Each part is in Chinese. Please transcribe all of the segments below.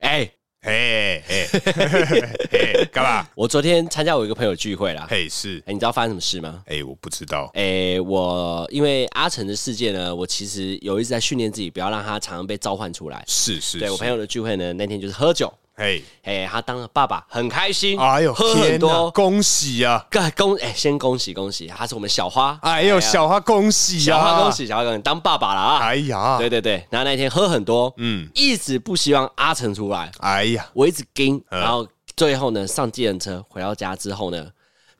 哎嘿，嘿，嘿，干嘛？我昨天参加我一个朋友聚会啦，嘿，是，哎，你知道发生什么事吗？哎，我不知道，哎，我因为阿成的事件呢，我其实有一直在训练自己，不要让他常常被召唤出来。是是，对我是朋友的聚会呢，那天就是喝酒，嘿，哎，他当了爸爸，很开心，哎呦，喝天很哪，多。恭喜啊！干恭哎，先恭喜恭喜，他是我们小花，哎呦，小花恭喜呀！小花恭！喜小花恭喜，当爸爸了啊！哎呀，对对对，然后那天喝很多，嗯嗯，一直不希望阿成出来，哎呀，我一直盯，嗯然后最后呢，上计程车回到家之后呢，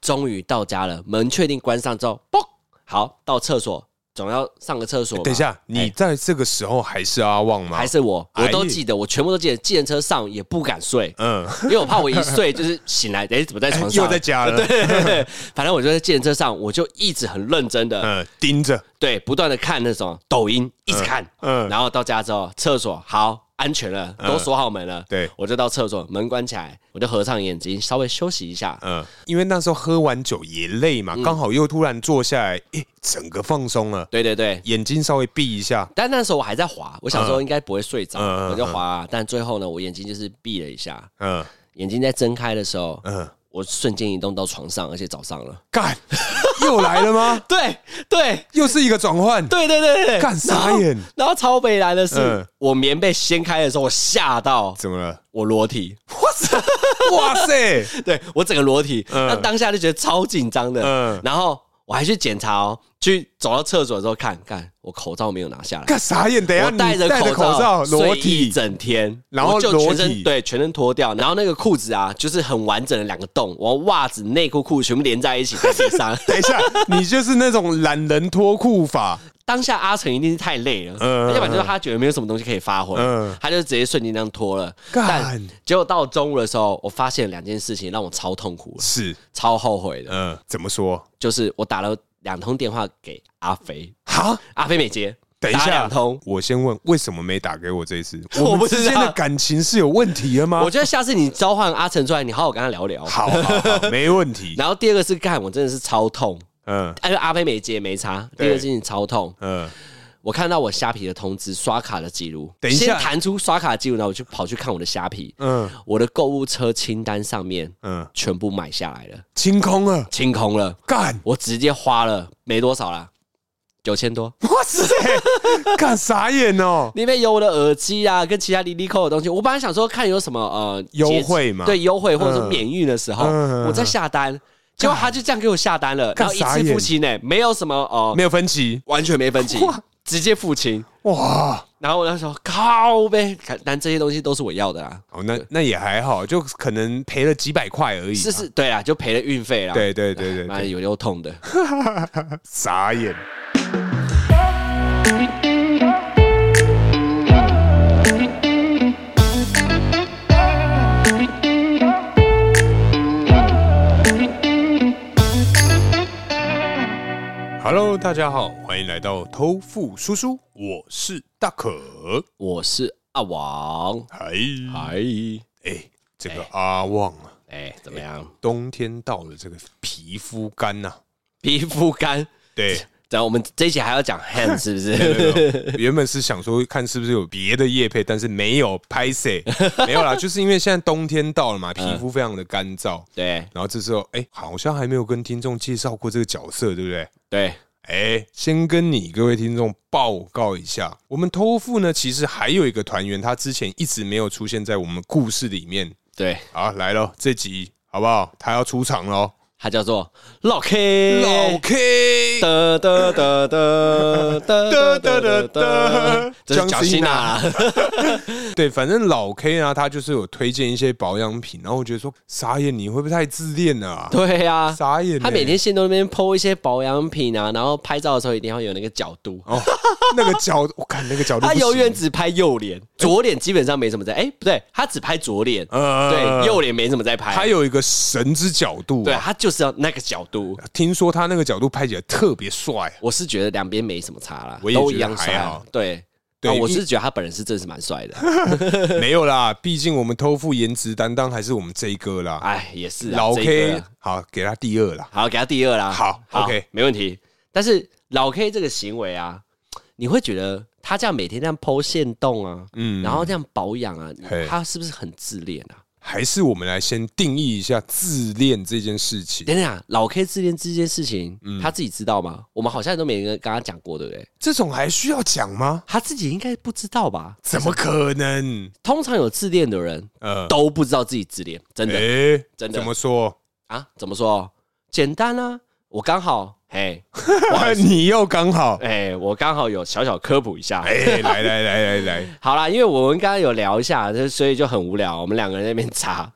终于到家了，门确定关上之后，嘣，好，到厕所总要上个厕所嘛。哎等一下，你在这个时候还是阿旺吗？哎还是我，哎我都记得，我全部都记得。计程车上也不敢睡，嗯，因为我怕我一睡就是醒来，哎，怎么在床上？又在家了，对。对对 反正我就在计程车上，我就一直很认真的，嗯，盯着，对，不断的看那种抖音，一直看，嗯然后到家之后，厕所好安全了，都锁好门了，对我就到厕所门关起来，我就合上眼睛，稍微休息一下，嗯，因为那时候喝完酒也累嗯嘛，刚好又突然坐下来，诶，整个放松了，对对对。眼睛稍微闭一下，但那时候我还在滑，我想说应该不会睡着，嗯嗯我就滑、啊。但最后呢，我眼睛就是闭了一下，嗯眼睛在睁开的时候，嗯，我瞬间移动到床上，而且早上了。 干，又来了吗？对对又是一个转换，对对对对，干傻眼然后然后超北来的是，嗯我棉被掀开的时候，我吓到怎么了？我裸体。哇塞，哇塞，对我整个裸体，嗯那、当下就觉得超紧张的。嗯然后我还去检查哦，去走到厕所的时候看，看我口罩没有拿下来，干傻眼，等一下我你戴着戴着口罩，裸睡一体，整天，然后我就裸全体身对全身脱掉，然后那个裤子啊，就是很完整的两个洞，我袜子、内裤、裤子全部连在一起在地 上。等一下，你就是那种懒人脱裤法，当下阿成一定是太累了，嗯要不然就是他觉得没有什么东西可以发挥，嗯他就直接瞬间这样脱了。干但结果到中午的时候，我发现两件事情让我超痛苦、是，超后悔的。嗯，怎么说？就是我打了两通电话给阿肥，哈，阿肥没接，等一下打两通。我先问，为什么没打给我这一次？ 我我们不知之间的道感情是有问题了吗我？觉得下次你召唤阿成出来，你好好跟他聊聊。啊好好 好，没问题。然后第二个是干，我真的是超痛，嗯哎，阿飞没接没差。第对二个事情超痛，嗯，我看到我虾皮的通知，刷卡的记录，等一下先弹出刷卡记录，然后我就跑去看我的虾皮，嗯我的购物车清单上面嗯，全部买下来了，清空了，清空了，干，我直接花了没多少啦，九千多。哇塞， 干傻眼哦。里面有我的耳机啊，跟其他离离扣的东西。我本来想说看有什么呃优节惠嘛对优惠或者是免运的时候，嗯嗯我在下单，结果他就这样给我下单了，然后一傻次眼付清呢、没有什么呃，没有分歧，完全没分期哇，直接付清。哇，然后我那时候靠呗，但这些东西都是我要的啊啦，哦，那那也还好，就可能赔了几百块而已。是，哎是，啊对啦，就赔了运费啦。对对对对妈对，的有又痛的。傻眼。Hello，大家好，欢迎来到偷富叔叔，我是大可。我是阿王，嗨，哎哎，这个阿旺啊，哎，怎么样？冬天到了，这个皮肤干啊呐、皮肤干。对，然后我们这一期还要讲 hand 是不没有是？没有原本是想说看是不是有别的叶配，但是没有拍谁，没有啦，就是因为现在冬天到了嘛，皮肤非常的干燥。对然后这时候，哎、好像还没有跟听众介绍过这个角色，对不对？对，哎、先跟你各位听众报告一下，我们偷富呢，其实还有一个团员，他之前一直没有出现在我们故事里面。对，好，来咯，这集好不好？他要出场喽，它叫做老 K，老 K。的的的 的的的的的，这是啊姜蒋思欣娜娜，啊 对，反正老 K 啊，他就是有推荐一些保养品，然后我觉得说，傻眼，你会不会太自恋 了、啊？对呀，傻眼欸、他每天现都那边 PO 一些保养品啊，然后拍照的时候一定要有那个角度。哦，那个角，我看那个角度不他行，哎永远只拍右脸，左脸基本上没怎么在。哎，不对，他只拍左脸，呃对，右脸没怎么在他拍。有一啊个神之角度、对啊，他就是要那个角度。听说他那个角度拍起来特别帅、啊 我是觉得两边没什么差啦，我也都觉一得样还帅好啊。对，对对，我因是觉得他本人是真的是蛮帅的。 没有啦，毕竟我们偷富颜值担当还是我们 J 哥啦，哎，也是啊老这一个 K 好，给他第二啦。好，给他第二啦。好 OK 没问题。但是老 K 这个行为啊，你会觉得他这样每天这样剖线洞啊，嗯然后这样保养啊嘿，他是不是很自恋啊？还是我们来先定义一下自恋这件事情。等等啊，老 K 自恋这件事情，嗯他自己知道吗？我们好像都没人跟他讲过，对不对？这种还需要讲吗？他自己应该不知道吧？怎么可能？通常有自恋的人呃，都不知道自己自恋，真的诶，真的怎么说？啊？怎么说？简单啊，我刚好，哎 你又刚好，哎，我刚好有小小科普一下。哎，来来来来 来，好啦，因为我们刚刚有聊一下，就所以就很无聊，我们两个人在那边 查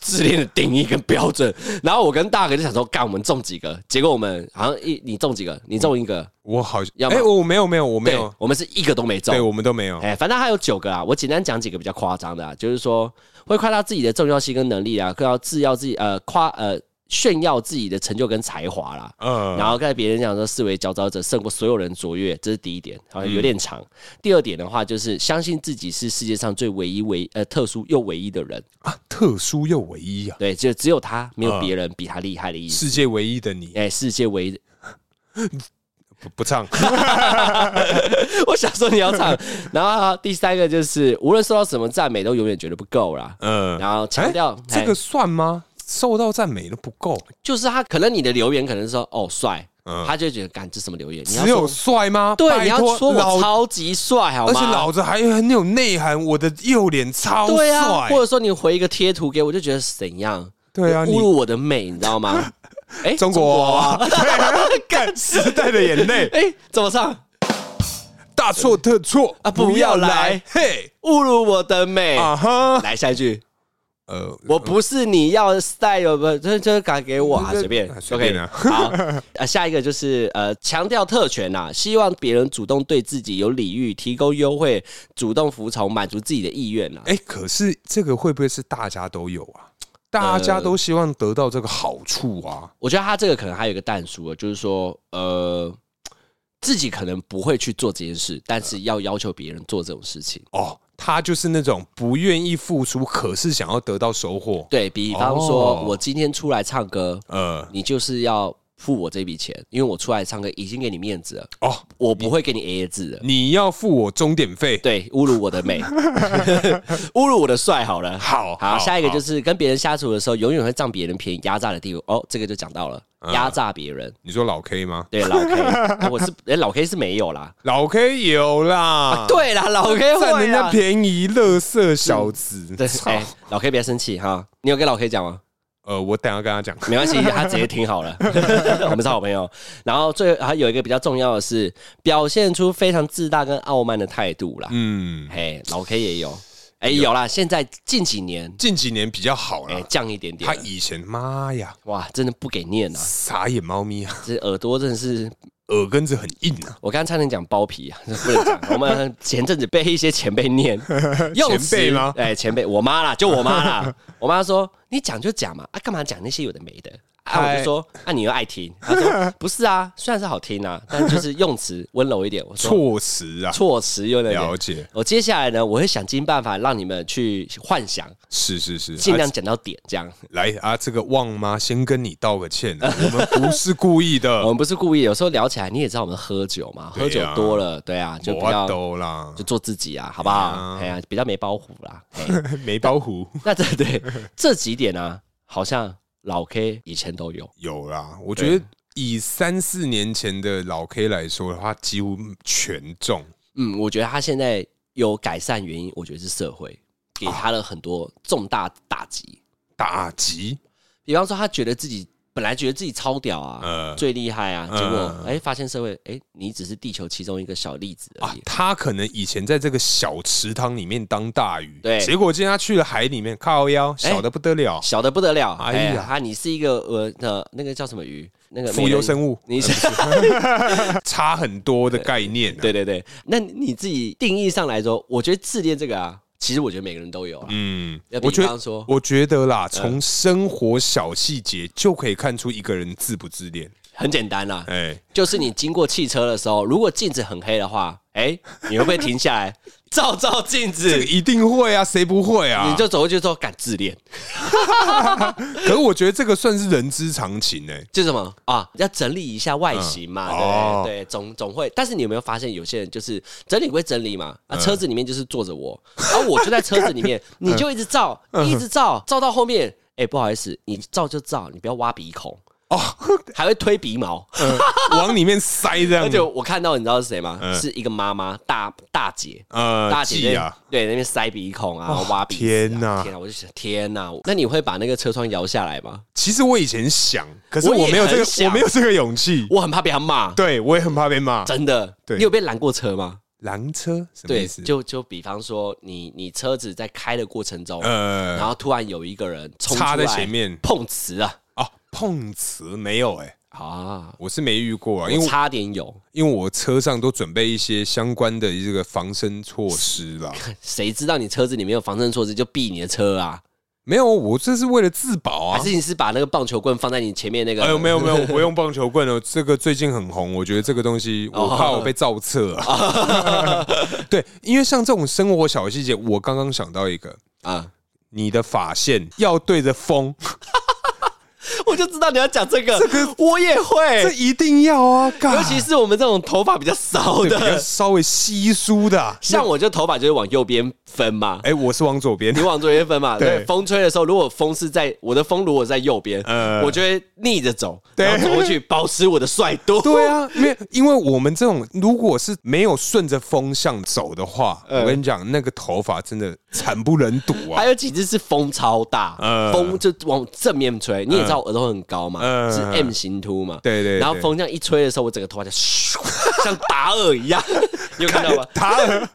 自恋的定义跟标准。然后我跟大哥就想说，干，我们中几个？结果我们好像一你中几个，你中一个，我好像，要么哎，我没有没有，我没对有，，我们是一个都没中对。我们都没有。哎，反正还有九个啊，我简单讲几个比较夸张的、啊，就是说会夸大自己的重要性跟能力啊，要自耀自己呃夸呃炫耀自己的成就跟才华啦。呃，然后跟别人讲说，视为佼佼者，胜过所有人卓越，这是第一点，好嗯像有点长。第二点的话，就是相信自己是世界上最唯一唯呃特殊又唯一的人，啊，特殊又唯一啊，对，就只有他，没嗯有别人比他厉害的意思。世界唯一的你，哎、世界唯一， 不不唱，我想说你要 唱。然后第三个就是，无论受到什么赞美，都永远觉得不够啦。嗯，然后强调、这哎个算吗？受到赞美都不够，就是他可能你的留言可能是说哦帅，嗯他就会觉得干这什么留言，你要只有说帅吗？对拜你要托说老我超级帅好吗？而且老子还很有内涵，我的右脸超对啊，帅或，者说你回一个贴图给我，就觉得怎样？对啊，侮你辱我的美，你知道 吗？哎、中国娃娃， 对啊， 干 时代的眼泪，哎、怎么唱？大错特错啊不要来嘿侮辱我的美。啊哈，来下一句，呃， 我不是你要 style 不， 这这敢给我啊，这随便啊随便，OK，啊 好，啊，下一个就是呃，强调特权呐、希望别人主动对自己有礼遇，提供优惠，主动服从，满足自己的意愿啊呐、哎，可是这个会不会是大家都有啊？大呃家都希望得到这个好处啊，我觉得他这个可能还有一个淡书，就是说，呃，自己可能不会去做这件事，但是要要求别人做这种事情。哦，他就是那种不愿意付出，可是想要得到收获，对比方说，哦我今天出来唱歌，呃，你就是要付我这笔钱，因为我出来唱歌已经给你面子了，哦，我不会给你爷爷制的。你要付我终点费，对，侮辱我的 美，侮辱我的帅，好了。好好，下一个就是是跟别人相处的时候，永远会占别人便宜、压榨的地步。哦，这个就讲到了嗯压榨别人。你说老 K 吗？对， 老 K，啊我是哎老 K 是没有啦，啊老 K 有啦，对啦，老 K 会啊占人啦家便宜，乐色小子，对， 操哎、老 K 别生气哈，你有跟老 K 讲吗？呃，我等一下跟他 讲，没 关系，他直接听好了， 我们是好朋友。然后最还有一个比较重要的是，表现出非常自大跟傲慢的态度啦。嗯，嘿，老 K 也有，哎、有啦，现在近几年，近几年比较好哎、了。降一点点啊他了。以前妈呀，哇，真的不给念啊！傻眼猫咪啊，这耳朵真的是，耳根子很硬啊，我刚刚差点讲包皮啊，不能讲。我们前阵子被一些前辈 念用词前辈吗哎、前辈，我妈啦，就我妈啦。我妈说：“你讲就讲嘛，啊，干嘛讲那些有的没的？”啊，我哎就说：“啊，你又爱听。”她 说：“不是啊，虽然是好听啊，但就是用词温柔一点。”我说措辞：“啊，措辞有点。了”解，我接下来呢，我会想尽办法让你们去幻想，是是是，尽量啊讲到点，这样。来啊，这个旺妈先跟你道个歉 啊，我们不是故意我的，们不是故意，有时候聊起来，你也知道我们喝酒嘛，嗯对啊喝酒多了，对啊，就比我较都啦就，做自己啊，好不好？对啊哎呀，比较没包袱啦。嘿 没包糊那这 对这几点啊，好像老 K 以前都有。有啦，我觉得以三四年前的老 K 来说的话，几乎全中，嗯，我觉得他现在有改善原因，我觉得是社会给他了很多重大打击。打击，比方说，他觉得自己本来觉得自己超屌啊，呃最厉害啊，嗯结果哎、发现社会哎、你只是地球其中一个小粒子而啊已。，他可能以前在这个小池塘里面当大鱼，对哎结果今天他去了海里面，靠腰小的不得了，小的不得了，哎哎呀呀，他你是一个呃的那个叫什么鱼？那个浮游生物，物你是 差很多的概念、啊，对对对。那你自己定义上来说，我觉得自恋这个啊，其实我觉得每个人都有啊。嗯要，比我觉方得说嗯我觉得啦，从生活小细节就可以看出一个人自不自恋，很简单啊啦，哎、就是你经过汽车的时候，如果镜子很黑的话，哎、你会不会停下来？ 照照镜这个子，一定会啊，谁不会啊？你就走过去之后敢自恋，可是我觉得这个算是人之常情哎、就什么啊？要整理一下外形嘛，嗯对不对、哦对，总总会。但是你有没有发现，有些人就是整理归整理嘛，嗯啊，车子里面就是坐着我，啊，我就在车子里 面，你就一直照，嗯你一直照，照到后面，哎、不好意思，你照就照，你不要挖鼻孔，哦， 嗯还会推鼻毛。往里面塞这样 而且子，我看到你知道是谁吗？嗯是一个妈妈，大大姐。呃大姐记在啊，哦对那边塞鼻孔啊，挖鼻、啊。天哪天哪！我就想，天哪！那你会把那个车窗摇下来吗？其实我以前想，可是我也我没有这很个，想我没有这个勇气。我很怕被他骂，对，我也很怕被骂。真的。对你有被拦过车吗？拦车什么对，意思？就就比方说，你你车子在开的过程中，呃，然后突然有一个人冲出插在来前面碰瓷啊哦，碰瓷没有哎、啊！我是没遇过啊，因因为为我差点有，因为我车上都准备一些相关的这个防身措施 啦。谁知道你车子里面有防身措施就避你的车啊？没有，我这是为了自保还啊是。你是把那个棒球棍放在你前面那个？哎呦，没有没 有，我用棒球棍哦，这个最近很红，我觉得这个东西哦我怕我被造册啊。 对，因为像这种生活小细节，我刚刚想到一个，啊！你的发线要对着风，我就知道你要讲这个，这个我也会，这一定要啊，哎尤尤其是我们这种头发比较骚对比较的，稍微稀疏的啊。像我就头发就是往右边分嘛，哎，我是往左边你，往左边分嘛。对对，风吹的时候，如果风是在我的风如果在右边，呃我就会逆着走，对然后走过去，保持我的帅度。对啊，因为因为我们这种如果是没有顺着风向走的话，嗯哎我跟你讲，那个头发真的惨不忍睹啊还。有几只是风超大，呃风就往正面吹。你也知道我耳朵很高嘛，呃是 M 型秃嘛。对对对然后风这样一吹的时候，我整个头发就咻，像达尔一 样，你有看到吗？达尔，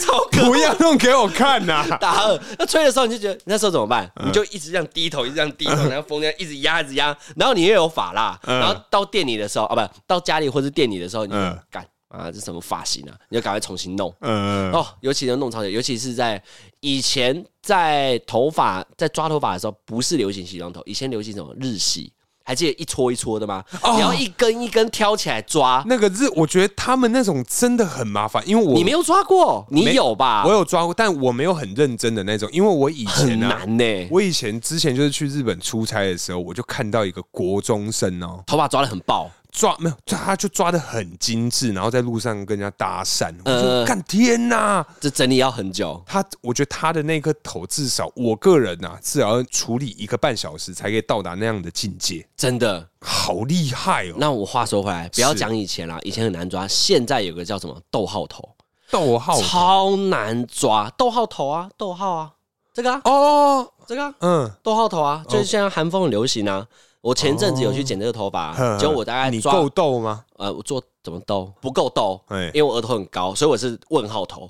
超可不要弄给我看啊 呐、打耳，那吹的时候你就觉得那时候怎么办？嗯你就一直这样低头，一直这样低头，然后风这样一直压，一直压，然后你又有发蜡，然后到店里的时候啊，不，到家里或是店里的时候，你就嗯干啊，这什么发型啊？你就赶快重新弄。嗯，哦，尤其是弄超久，尤其是在以前在头发在抓头发的时候，不是流行西装头，以前流行什么日系，还记得一撮一撮的吗？哦你要一根一根挑起来抓，那个日，我觉得他们那种真的很麻烦，因为我你没有啊抓过，你没有吧？我有抓过，但我没有很认真的那种，因为我以很前啊，难呢、我以前之前就是去日本出差的时候，我就看到一个国中生哦，头发抓的很爆。抓没有，他就抓的很精致，然后在路上跟人家搭讪，我就呃干、天呐！这整理要很久，他，我觉得他的那颗头，至少我个人呐、啊，至少要处理一个半小时才可以到达那样的境界，真的。好厉害哦！那我话说回来，不要是讲以前啦，以前很难抓，现在有个叫什么逗号头，逗号超难抓，逗号头啊，逗号啊，这个啊，哦，这个啊，嗯，逗号头啊，就是现在韩风很流行啊。我前阵子有去剪这个头发呵呵啊，结果我大概哦你抓够 逗吗？呃，我做怎么逗不够逗哎，因为我额头很高，所以我是问号头，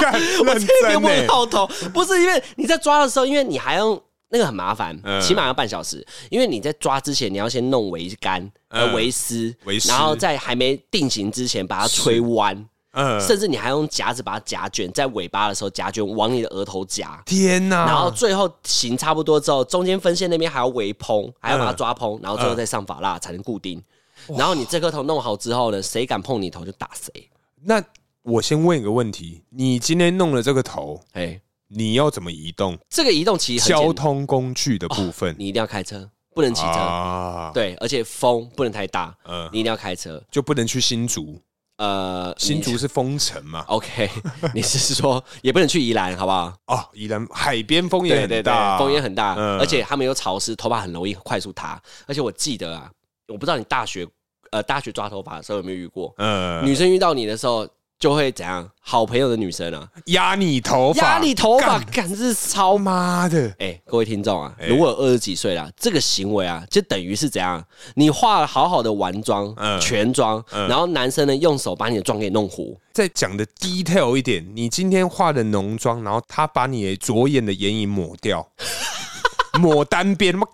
干 认因为真欸问呢，号头不是因为你在抓的时候，因为你还要那个很麻烦嗯，起码要半小时，因为你在抓之前你要先弄围杆、嗯呃围丝围，丝然后在还没定型之前把它吹弯，嗯，甚至你还用夹子把它夹卷，在尾巴的时候夹卷往你的额头夹。天呐、然后最后型差不多之后，中间分线那边还要围蓬，还要把它嗯抓蓬，然后最后再上法蜡才能固定。然后你这颗头弄好之后呢，谁敢碰你头就打谁。那我先问一个问题：你今天弄了这个头，哎，你要怎么移动？这个移动其实很简交单，哦通工具的部分你一定要开车，不能骑车。啊，对，而且风不能太大，嗯你一定要开车。就不能去新竹，呃，新竹你是封城嘛？ OK，你 是说也不能去宜兰，好不好？哦，宜兰海边风也对对很对大，，风也很大，嗯而且他们又潮湿，头发很容易快速塌。而且我记得啊，我不知道你大学呃大学抓头发的时候有没有遇过，呃，女生遇到你的时候就会怎样？好朋友的女生啊，压你头发，压你头发，干，感是超妈的，哎、各位听众啊，哎如果二十几岁啦，这个行为啊，就等于是怎样？你化了好好的完妆、嗯全妆，嗯然后男生呢用手把你的妆给弄糊，再讲的 detail 一点，你今天化的浓妆，然后他把你的左眼的眼影抹 掉，抹单边，妈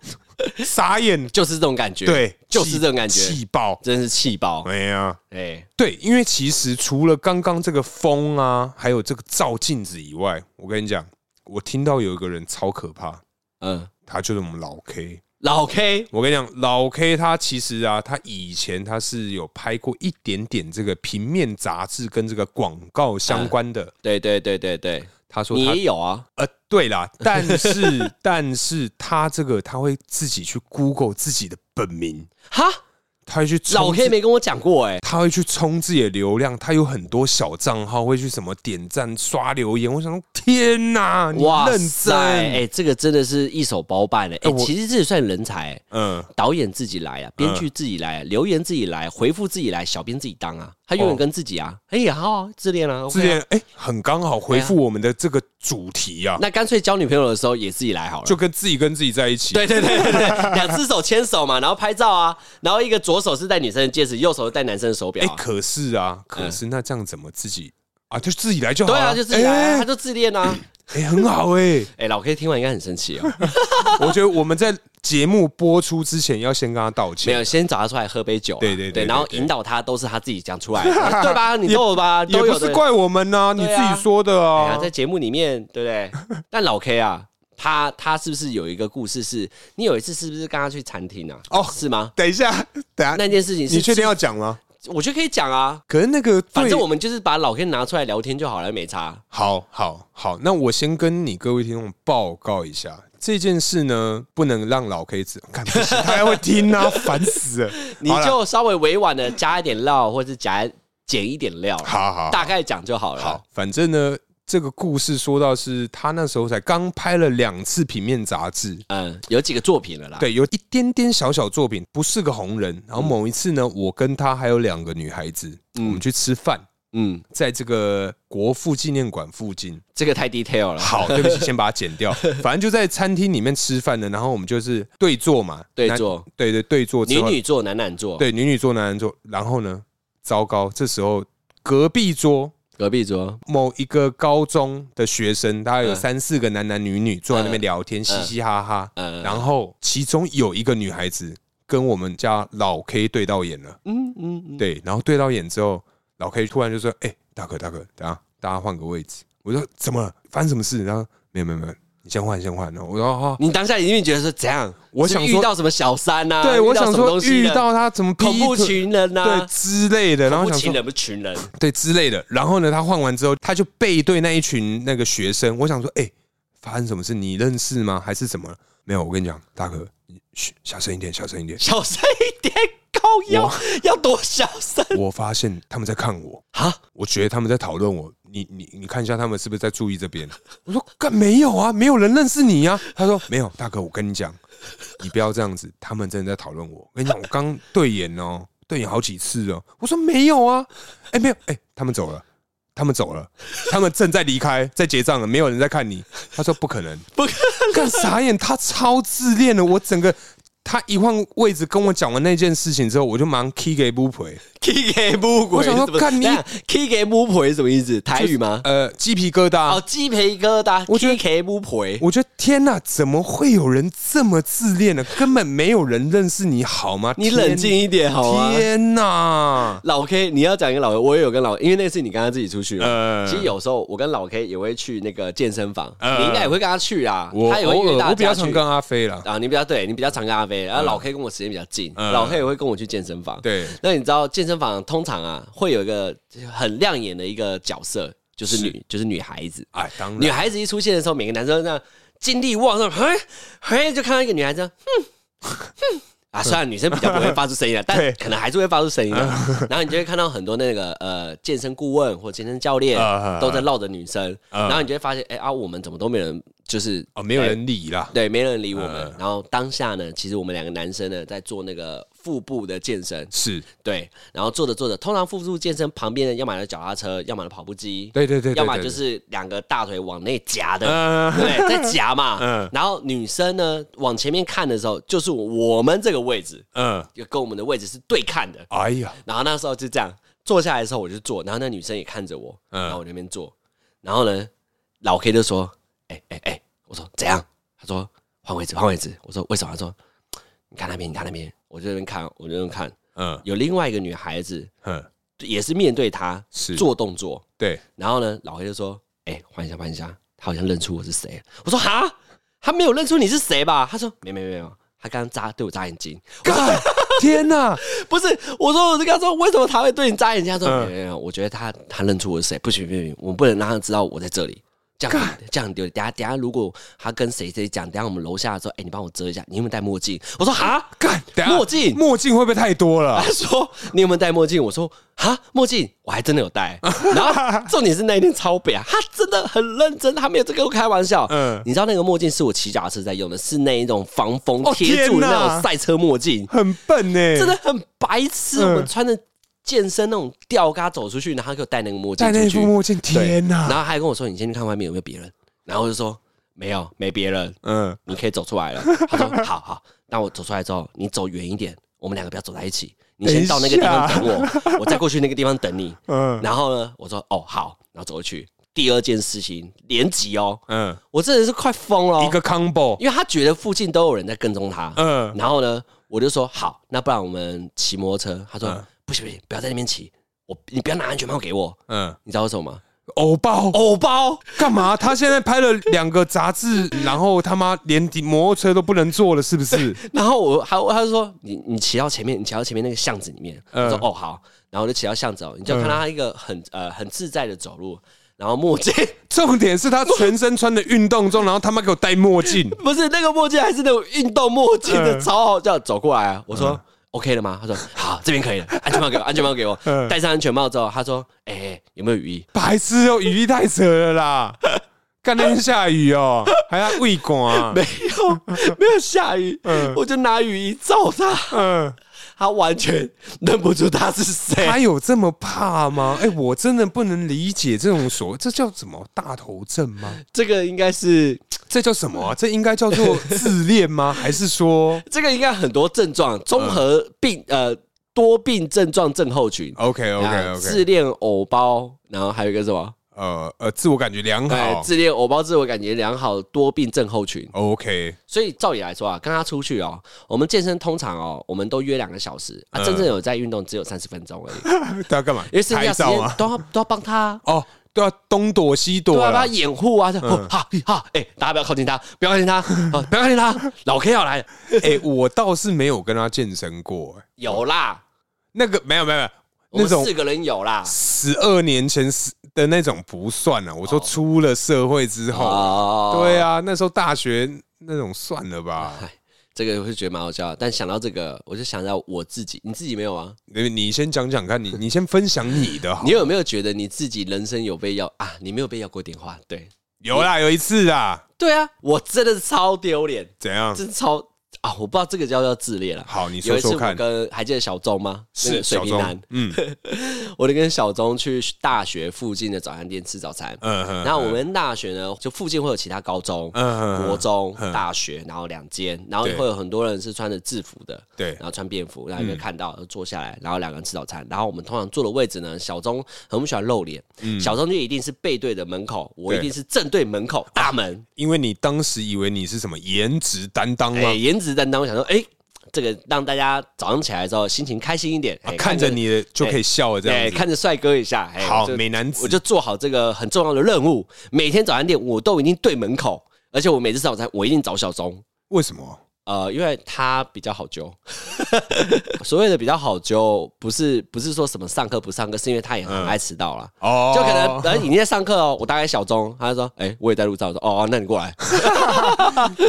傻眼，就是这种感觉，对，就是这种感觉，气爆，真是气爆，哎呀，哎、对，因为其实除了刚刚这个风啊，还有这个照镜子以外，我跟你讲，我听到有一个人超可怕，嗯，他就是我们老 K，老 K 我跟你讲，老 K 他其实啊，他以前他是有拍过一点点这个平面杂志跟这个广告相关的。对对对对对，他说嗯你他也有啊？呃，对啦，但是 但是他这个他会自己去 Google 自己的本名，哈，他会去冲老 K 自没跟我讲过哎、他会去冲自己的流量，他有很多小账号会去什么点赞、刷留言。我想说，天哪，你认真？哎、这个真的是一手包办了、哎、哎我其实这也算人才、哎嗯，导演自己来啊，编剧自己来、啊，留言自己来，回复自己来，小编自己当啊，他永远哦跟自己啊，哎、呀，好啊自恋啊，之 OK 啊前哎，很刚好回复我们的这个主题啊，那干脆交女朋友的时候也自己来好了，就跟自己跟自己在一起。 对对对对对，两只手牵手嘛，然后拍照啊，然后一个左手是戴女生的戒指，右手是戴男生的手表哎、啊、可是啊，可是那这样怎么自己啊？就自己来就好对了。啊，就自己来啊、哎他就自恋 啊。哎很好哎、 哎、老 K 听完应该很生气哦。我觉得我们在节目播出之前要先跟他道没歉。有，先找他出来喝杯酒啊、对对对对然后对引导他都是他自己讲出来 的，对吧？你逗我吧，也都不有的是。怪我们呐、你对自啊己说的哎啊呀，。在节目里面，对不 对？但老 K 啊，他他是不是有一个故事是？你有一次是不是跟他去餐厅啊？哦是吗？等一下，等一下，那件事情是，你确定要讲吗？我觉得可以讲啊。可是那个对，反正我们就是把老 K 拿出来聊天就好了，没差。好好好，那我先跟你各位听众报告一下这件事呢，不能让老 K 知道，看不行，他还会听啊， 烦死了。你好啦就稍微委婉的加一点料，或者加减一点料，好好大概讲就好了。好，反正呢，这个故事说到是他那时候才刚拍了两次平面杂志，嗯，有几个作品了啦。，对，有一点点小小作品，不是个红人。然后某一次呢，我跟他还有两个女孩子，我们去吃饭，嗯，在这个国父纪念馆附近。这个太 detail 了。好，对不起，先把它剪 掉。反正就在餐厅里面吃饭呢，然后我们就是对坐嘛，对男，坐，对对对坐之女后，女座，男男座，，对女女坐，男男坐。然后呢，糟糕，这时候隔壁桌隔壁桌，某一个高中的学生，大概有嗯三四个男男女女坐在那边聊天，嘻嘻哈哈。嗯，然后其中有一个女孩子跟我们家老 K 对到眼了，嗯嗯嗯，对，然后对到眼之后，老 K 突然就说：“哎、大哥大哥，等下大家换个位置。”我说：“怎么了？发生什么事？”然后没有没有没有，你先换先换。然后我说：“哦哈、你当下一定觉得说怎样？我是不是想说遇到什么小三呐？对，遇我到想什么说东西遇的到他怎么劈恐怖腿情人啊对呐？之类的，然恐后怖想情说人不是群人，。对之类的。然后呢，他换完之后，他就背对那一群那个学生。我想说，哎、发生什么事？你认识吗？还是怎么了？没有，我跟你讲，大哥，你嘘，小声一点，小声一点小声一点，高腰要多小声 我发现他们在看我，啊？我觉得他们在讨论我。你你你看一下，他们是不是在注意这 边？我说干没有啊，没有人认识你啊。他说没有，大哥，我跟你讲，你不要这样子，他们真的在讨论我。我跟你讲，我刚对眼哦，对眼好几次哦。我说没有啊，哎、没有，哎、他们走了。他们走了，他们正在离开，在结账了，没有人在看你。他说不可能，不可干傻眼，他超自恋的。我整个他一换位置跟我讲完那件事情之后，我就忙 key 给不赔， ，K 给木鬼我是想什说么，干你，K 给木鬼是什么意思？台语吗？呃，鸡皮疙瘩哦，鸡皮疙瘩，我觉得 K K 木婆，我觉得天呐，怎么会有人这么自恋呢？根本没有人认识你好吗？你天冷静一点好吗？天呐，老 K，你要讲一个老 K，我也有跟老，因为那次你跟他自己出去嘛。呃其实有时候我跟老 K 也会去那个健身房，呃你应该也会跟他去啊。我他也会偶约尔大我比家较去常。跟阿飞啦，啊，你比较对，你比较常跟阿飞，然啊后老 K 跟我时间比较近，呃老 K 也会跟我去健身房。，对，那你知道健身房通常啊会有一个很亮眼的一个角色，就是女，就是女孩子。哎，当女然，孩子一出现的时候，每个男生都这样精力旺盛， 嘿，嘿，就看到一个女孩子，哼， 哼，啊，虽然女生比较不会发出声音啊，但对嗯可能还是会发出声音的。 然后你就会看到很多那个呃健身顾问或健身教练啊都在绕着女生，啊然后你就会发现，哎啊，我们怎么都没人，就是哦，嗯没有人理啦，对，没人理我们。然后当下呢，其实我们两个男生呢在做那个腹部的健身，是，对，然后做着做着，通常腹部健身旁边的要么就脚踏车，要么就跑步机，对对对，对要么对就对是两个大腿往内夹的，呃对不对，在夹嘛。 嗯然后女生呢往前面看的时候，就是我们这个位置，嗯，就跟我们的位置是对看的。哎呀，然后那时候就这样坐下来的时候，我就坐，然后那女生也看着我，嗯然后我那边坐，然后呢，老 K 就说：“哎哎哎，我说怎样？”他说：“换位置，换位置。”我说：“为什么？”他说：“你看那边，你看那边。”我就在那边看，我就在那边看，嗯有另外一个女孩子嗯，也是面对他是做动作，对，然后呢，老黑就说：“哎、换一下，换一下。”他好像认出我是谁了。我说：“哈，他没有认出你是谁吧？”他说：“没没没有，他刚刚眨对我眨眼睛，干， 天哪！不是，我说我就跟他说，为什么他会对你眨眼睛？他说、嗯没有没有，我觉得他他认出我是谁，不行不行，不行我们不能让他知道我在这里。这样很这样很丢脸。等下等下，如果他跟谁谁讲，等下我们楼下说，哎、你帮我遮一下，你有没有戴墨镜？我说哈，干，等一下墨镜墨镜会不会太多了他？说你有没有戴墨镜？我说哈，墨镜我还真的有戴。然 后重点是那一天超北啊，他真的很认真，他没有在跟我开玩笑。嗯嗯，你知道那个墨镜是我骑脚踏车在用的，是那一种防风哦贴住天哪那种赛车墨镜。很笨呢、真的很白痴。嗯我们穿着健身那种吊嘎走出去，然后他给我戴那个墨镜戴出那去副，墨镜，对天哪！然后还跟我说：“你先去看外面有没有别人。”然后我就说：“没有，没别人，嗯，你可以走出来 了。”他说：“好好，那我走出来之后，你走远一点，我们两个不要走在一起，你先到那个地方等 我，我再过去那个地方等你。”嗯然后呢，我说：“哦，好。”然后走过去。第二件事情，连级哦，嗯，我真的是快疯了哦、一个 combo，因为他觉得附近都有人在跟踪他，嗯然后呢，我就说好，那不然我们骑摩托车。他说、嗯不行不行，不要在那边骑，我你不要拿安全帽给我，嗯，你知道为什么吗？偶包偶包，干嘛？他现在拍了两个杂志，然后他妈连摩托车都不能坐了，是不是？然后我还他就说你你骑到前面，你骑到前面那个巷子里面。嗯我说哦好，然后我就骑到巷子哦，你就看到他一个很、呃很自在的走路，然后墨镜 重点是他全身穿的运动装，然后他妈给我戴墨镜，不是那个墨镜还是那种运动墨镜的，嗯超好笑，走过来啊，我说。OK 了吗？他说好，这边可以了。安全帽给我，安全帽给我 嗯。戴上安全帽之后，他说：“哎、哎有没有雨衣？ 白痴哦，雨衣太扯了啦！干那天下雨哦，还要喂管啊没，有，没有下雨，嗯我就拿雨衣罩他，嗯，他完全 认不出他是谁。他有这么怕吗？哎、我真的不能理解这种所谓，这叫什么大头症吗？这个应该是，这叫什么啊、这应该叫做自恋吗？还是说这个应该很多症状，综嗯合病呃多病症状症候群。 OK OK 啊 OK，自恋偶包，然后还有一个什么？呃呃，自我感觉良哎， 好自恋偶包自我感觉良好，多病症候群。哦，OK，所以照理来说啊，跟他出去哦，我们健身通常哦，我们都约两个小时，啊，嗯真正有在运动只有三十分钟而 已，他要干嘛？因为剩拍下时照间吗？都要都要帮他啊。哦，对啊，嗯东躲西躲对啊，把啦他，掩护啊，这样哦哈哈，哎，大家不要靠近他，不要靠近他，哦不要靠近他，老 K 要来了， 哎，我倒是没有跟他健身过，哎有啦，那个没有没有没有，我那们种四个人有啦，十二年前是的那种不算啊。我说出了社会之后，哦对，啊，那时候大学那种算了吧。 这个我是觉得蛮好笑的，但想到这个，我就想到我自己，你自己没有啊？你你先讲讲看，你你先分享你的好你，有没有觉得你自己人生有被要啊？你没有被要过电话，对有啦，有一次啊，对啊，我真的是超丢脸，怎样？真的超啊，我不知道这个叫不叫自恋了。啊好，你有说一次说我看，跟还记得小钟吗？那是个水小瓶男钟，，嗯我就跟小钟去大学附近的早餐店吃早餐，嗯 嗯，然后我们大学呢，就附近会有其他高中、嗯国中嗯、大学，然后两间，然后对会有很多人是穿着制服的，对嗯然后穿便服，然后你会看到就坐下来，然后两个人吃早餐，然后我们通常坐的位置呢，小钟很不喜欢露脸，小钟就一定是背对着门口，我嗯对一定是正对门口大门，因为你当时以为你是什么颜值担当哎、吗？颜值担当，我想说，哎、这个让大家早上起来之后心情开心一点，哎啊看着。你的就可以笑了，这对，样子。哎看着帅哥一下，哎好我，就美男子，我就做好这个很重要的任务。每天早餐店我都已经对门口，而且我每次早餐我一定找小钟，为什么？呃，因为他比较好揪。 所谓的比较好揪，不是不是说什么上课不上课，是因为他也很爱迟到啦。嗯哦，就可能呃，你在上课哦，我大概小钟，他就说，哎、我也在路上，我说，哦，哦那你 过来，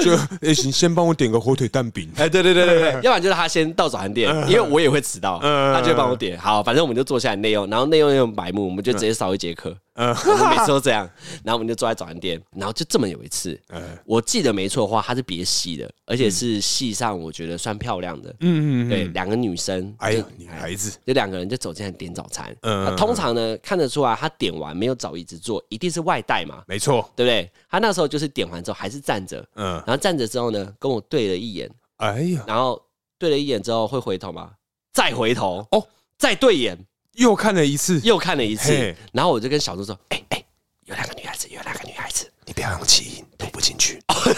就哎，行，先帮我点个火腿蛋饼。哎， 对对 对对对，要不然就是他先到早餐店，因为我也会迟到，嗯他就会帮我点。好，反正我们就坐下来内用，然后内用又很白目，我们就直接少一节课。 嗯我们每次都这样，然后我们就坐在早餐店，然后就这么有一次，嗯我记得没错的话，她是别系的，而且是系上我觉得算漂亮的，嗯嗯，嗯对，两个女生，哎就呀，女孩子，就两个人就走进来点早餐。嗯那通常呢，看得出来她点完没有找椅子坐，一定是外带嘛，没错，对不对？她那时候就是点完之后还是站着，嗯，然后站着之后呢，跟我对了一眼。哎呀，然后对了一眼之后会回头吗？再回头哦哦，再对眼又看了一次，又看了一嘿次，然后我就跟小猪说：“哎、哎、有两个女孩子，有两个女孩子，你不要用气音，读不进去。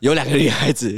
有两个女孩子，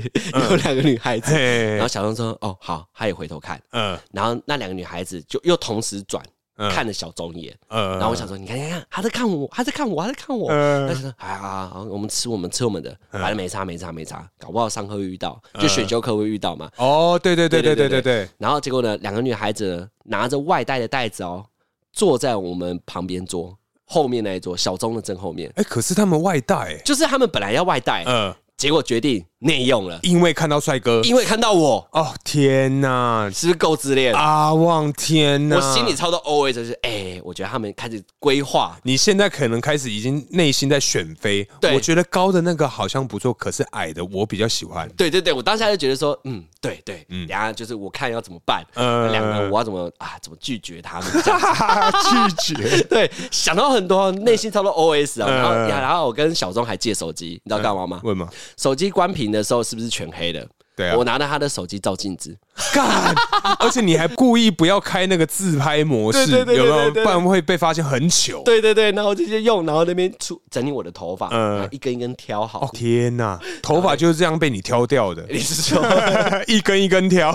有两个女孩子。嗯嘿然后，小钟说：“哦，好。”他也回头看，嗯，然后那两个女孩子就又同时转，嗯看了小综艺，呃然后我想说，你看，你看，他在看我，他在看我，他在看我。嗯他就说，哎呀，好我们吃我们吃我们的，反正没差没差没差，搞不好上课会遇到，嗯就选修课会遇到嘛。哦，对对对对对对对对对，然后结果呢，两个女孩子呢拿着外带的袋子哦，坐在我们旁边桌后面那一桌，小钟的正后面，哎，可是他们外带，哎就是他们本来要外带，呃，结果决定内用了，因为看到帅哥，因为看到我哦天哪，是不是够自恋？阿旺天哪，我心里超多 always 就是，哎、我觉得他们开始规划，你现在可能开始已经内心在选妃，对我觉得高的那个好像不错，可是矮的我比较 喜欢。对对对，我当下就觉得说，嗯，对对，嗯，然后就是我看要怎么办，呃嗯两个我要怎么啊，怎么拒绝他们这样子拒绝，对，想到很多，内心超多 OS 啊。然后， 呃然后我跟小钟还借手机，你知道干嘛吗？问吗？手机关屏的时候是不是全黑的？对啊我拿着他的手机照镜子，干！而且你还故意不要开那个自拍模式，对对对有没对对有？对不然会被发现很糗。对对对，然后我就直接用，然后那边出整理我的头发，嗯然后一根一根挑好。哦天哪，头发就是这样被你挑掉的， 你是说， 一根一根挑。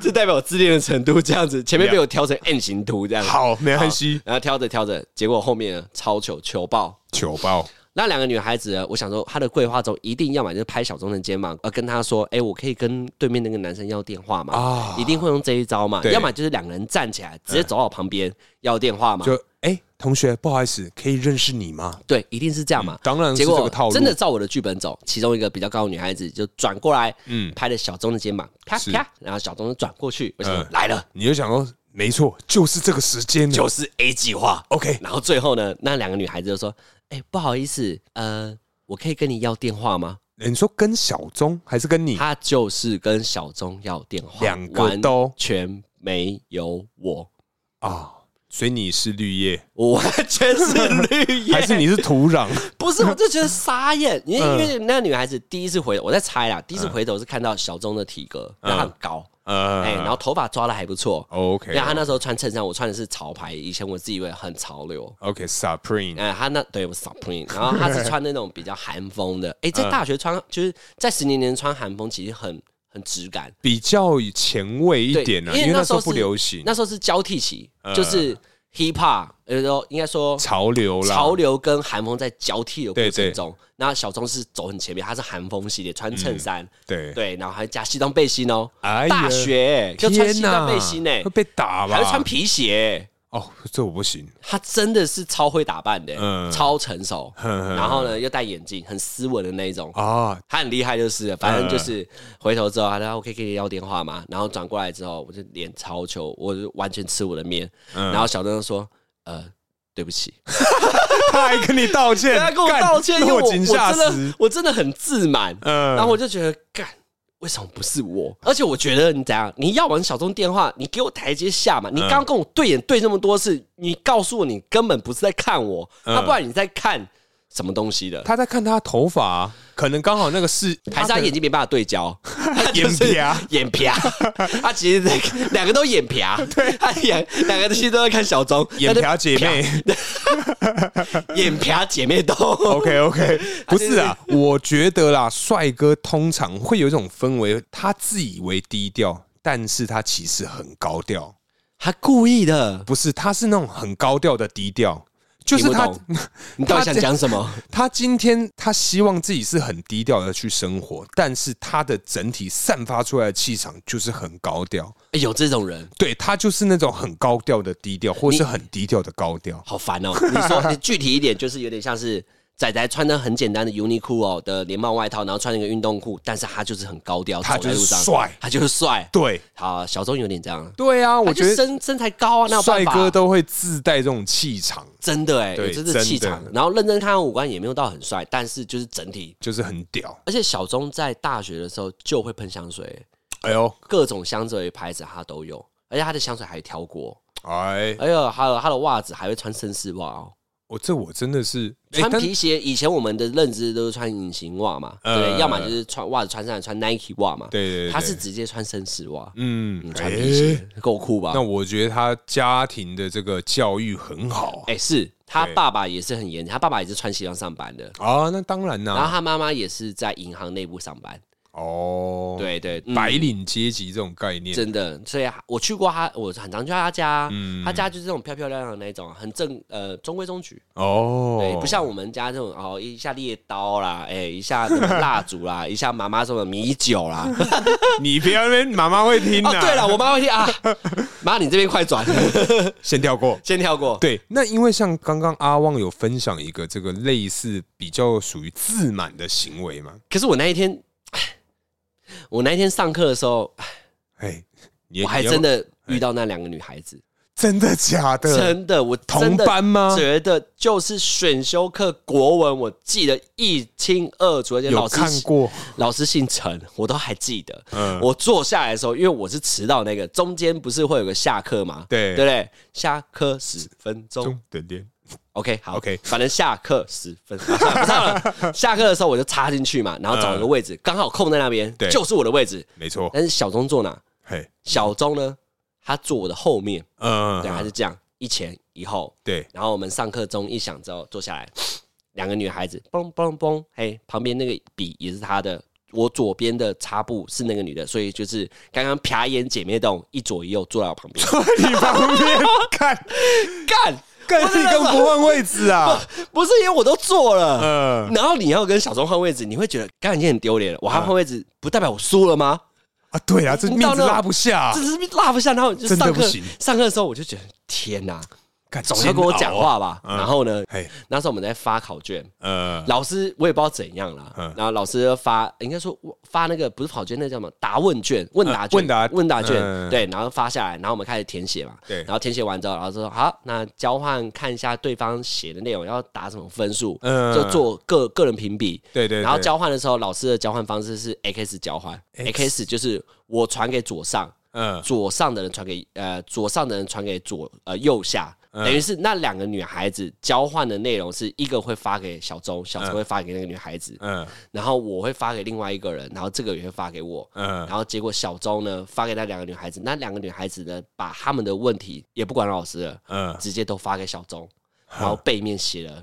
这代表我自恋的程度这样子？前面被我挑成 N 型图这样子，好，没关系，然后挑着挑着，结果后面呢超糗糗爆。糗爆。那两个女孩子呢，我想说，她的规划中一定要么就是拍小钟的肩膀，而跟她说：“哎、我可以跟对面那个男生要电话嘛？”啊一定会用这一招嘛。对要么就是两个人站起来，直接走到我旁边、要电话嘛。就哎、同学，不好意思，可以认识你吗？对，一定是这样嘛。当然是嗯结这果个套路，真的照我的剧本走，其中一个比较高的女孩子就转过来，嗯嗯，拍了小钟的肩膀，啪是啪，然后小钟就转过去，我想、嗯来了，你就想说，没错，就是这个时间了，就是 A 计划。 OK，然后最后呢，那两个女孩子就说：“哎、不好意思，呃，我可以跟你要电话吗欸你说跟小钟还是跟？”你？她就是跟小钟要电话，两个都完全没有我，啊，所以你是绿叶，我完全是 绿叶，还是你是土壤？不是，我就觉得傻眼，因为嗯因为那个女孩子第一次回，我在猜啦，第一次回头是看到小钟的体格，那嗯她很高，呃哎，然后头发抓的还不错，因 OK 哦为她那时候穿衬衫，我穿的是潮牌，以前我自以为很潮流。 OK Supreme，哎，她那对我 Supreme，然后她是穿那种比较韩风的。哎，嗯在大学穿就是在十年前穿韩风，其实很很质感。比较前卫一对点呢，因为因为那那时时候候不是流行那时候是交替期，就是 hip hop，呃，应该说嗯潮流啦，潮流跟韩风在交替的对过对程中，那小钟是走很前面，他是韩风系列，穿衬衫，嗯对，对，然后还加西装背心哦，哎呀大学、欸、就穿西装背心呢、欸会被打吧？还会穿皮鞋、哦，这我不行，他真的是超会打扮的、 嗯超成熟，哼然后呢又戴眼镜，很斯文的那一种。啊，他很厉害，就是了反正嗯就是回头之后，他说我可以跟你要电话嘛，然后转过来之后，我就脸超球，我就完全吃我的面，嗯然后小钟就说呃对不起，他还跟你道歉对 他，跟我干道歉，因为我落我井真下石的，我真的很自满，嗯然后我就觉得干。为什么不是我？而且我觉得你怎样，你要完小钟电话，你给我台阶下嗯嘛！你刚刚跟我对眼对这么多次，你告诉我你根本不是在看我，啊嗯那不然你在看什么东西的？他在看他的头发啊，可能刚好那个是还是他眼睛没办法对焦， 他就是 眼皮啊眼皮 啊，他其实在看两个都眼皮啊，对，他两两个东西都在看小钟，眼皮啊姐 妹。眼皮啊姐妹洞 OK OK，不是啊，我觉得啦，帅哥通常会有一种氛围，他自以为低调，但是他其实很高调。他故意的，不是，他是那种很高调的低调，就是听不他懂你到底想讲什么？ 他今天他希望自己是很低调的去生活，但是他的整体散发出来的气场就是很高调。欸有这种人，对他就是那种很高调的低调，或是很低调的高调。好烦哦！你说你具体一点，就是有点像是仔仔穿的很简单的 Uniqlo 哦的连帽外套，然后穿一个运动裤，但是他就是很高调，他走在就是路上帅他就是帅。对好，小钟有点这样，哎对啊，我他就觉得身身材高啊，那有办帅法哥都会自带这种气场，真的哎、对有真的气场真的。然后认真看他五官也没有到很帅，但是就是整体。就是很屌。而且小钟在大学的时候就会喷香水，哎呦，各种香水牌子他都有，而且他的香水还挑过。哎，哎呦，还有他的袜子还会穿绅士袜哦。我这我真的是哎穿但皮鞋，以前我们的认知都是穿隐形袜嘛，呃对不对，要么就是穿袜子穿上来穿 Nike 袜嘛，对对对，他是直接穿绅士袜，嗯嗯，穿皮鞋哎够酷吧那？我觉得他家庭的这个教育很好啊哎，是他对嗯爸爸也是很严，他爸爸也是穿西装上班的，啊，那当然啦、然后他妈妈也是在银行内部上班，哦，，对对，嗯白领阶级这种概念，真的，所以我去过他，我很常去他家，嗯他家就是这种漂漂亮亮的那种，很正呃中规中矩，哦，对，不像我们家这种哦一下猎刀啦，哎、一下什么蜡烛啦，一 下妈妈什么米酒啦， 你别那边妈妈会听 哦的、对了，我妈会听啊，妈你这边快转， 先跳过。先跳过，对，那因为像刚刚阿旺有分享一个这个类似比较属于自满的行为嘛，可是我那一天，我那一天上课的时候，哎，你我还你要真的遇到那两个女孩子，真的假的？真的，我同真的班吗觉得就是选修课国文，我记得一清二楚，而且有老师看过？老师姓陈，我都还记得。嗯，我坐下来的时候，因为我是迟到那个，中间不是会有个下课吗？对对不对？下课十分钟中的点 OK，好 OK 反正下课十分，啊算了不上 了。下课的时候我就插进去嘛，然后找一个位置，刚、好空在那边，嗯对哦就是我的位置。没错，但是小钟坐哪？嘿，小钟呢，他坐我的后面，嗯，对，他是这样，一前一后。对， 然后我们上课钟一响之后坐下来， 两个女孩子嘣嘣嘣，嘿，旁边那个笔也是她的，我左边的擦布是那个女的，所以就是刚刚瞟眼姐妹洞一左一右坐在我旁边，你旁边看，干，干你更不换位置啊？ 不是因为我都坐了。嗯，然后你要跟小钟换位置，你会觉得刚才已经很丢脸了。我还换位置，不代表我输了吗？啊，对啊，这你面到子那拉不下这，是拉不下。然后就真的上不课行上课的时候，我就觉得天哪，干总要跟我讲，煎熬啊话吧。嗯然后呢，嘿，那时候我们在发考卷，呃，老师我也不知道怎样啦嗯，然后老师发应该说发那个不是考卷，那叫什么答问卷、问答卷、啊问答问答嗯卷，对，然后发下来，然后我们开始填写嘛，对然后填写完之后，老师说好，那交换看一下对方写的内容要打什么分数，嗯就做个个人评比，对对，然后对，交换的时候，老师的交换方式是 X 交换 X ，X 就是我传给左上，嗯，左上的人传给呃左上的人传给左呃右下，嗯等于是那两个女孩子交换的内容是一个会发给小周，小周会发给那个女孩子，嗯然后我会发给另外一个人，然后这个也会发给我。嗯，然后结果小周呢发给那两个女孩子，那两个女孩子呢把他们的问题也不管老师了，嗯，直接都发给小周，然后背面写了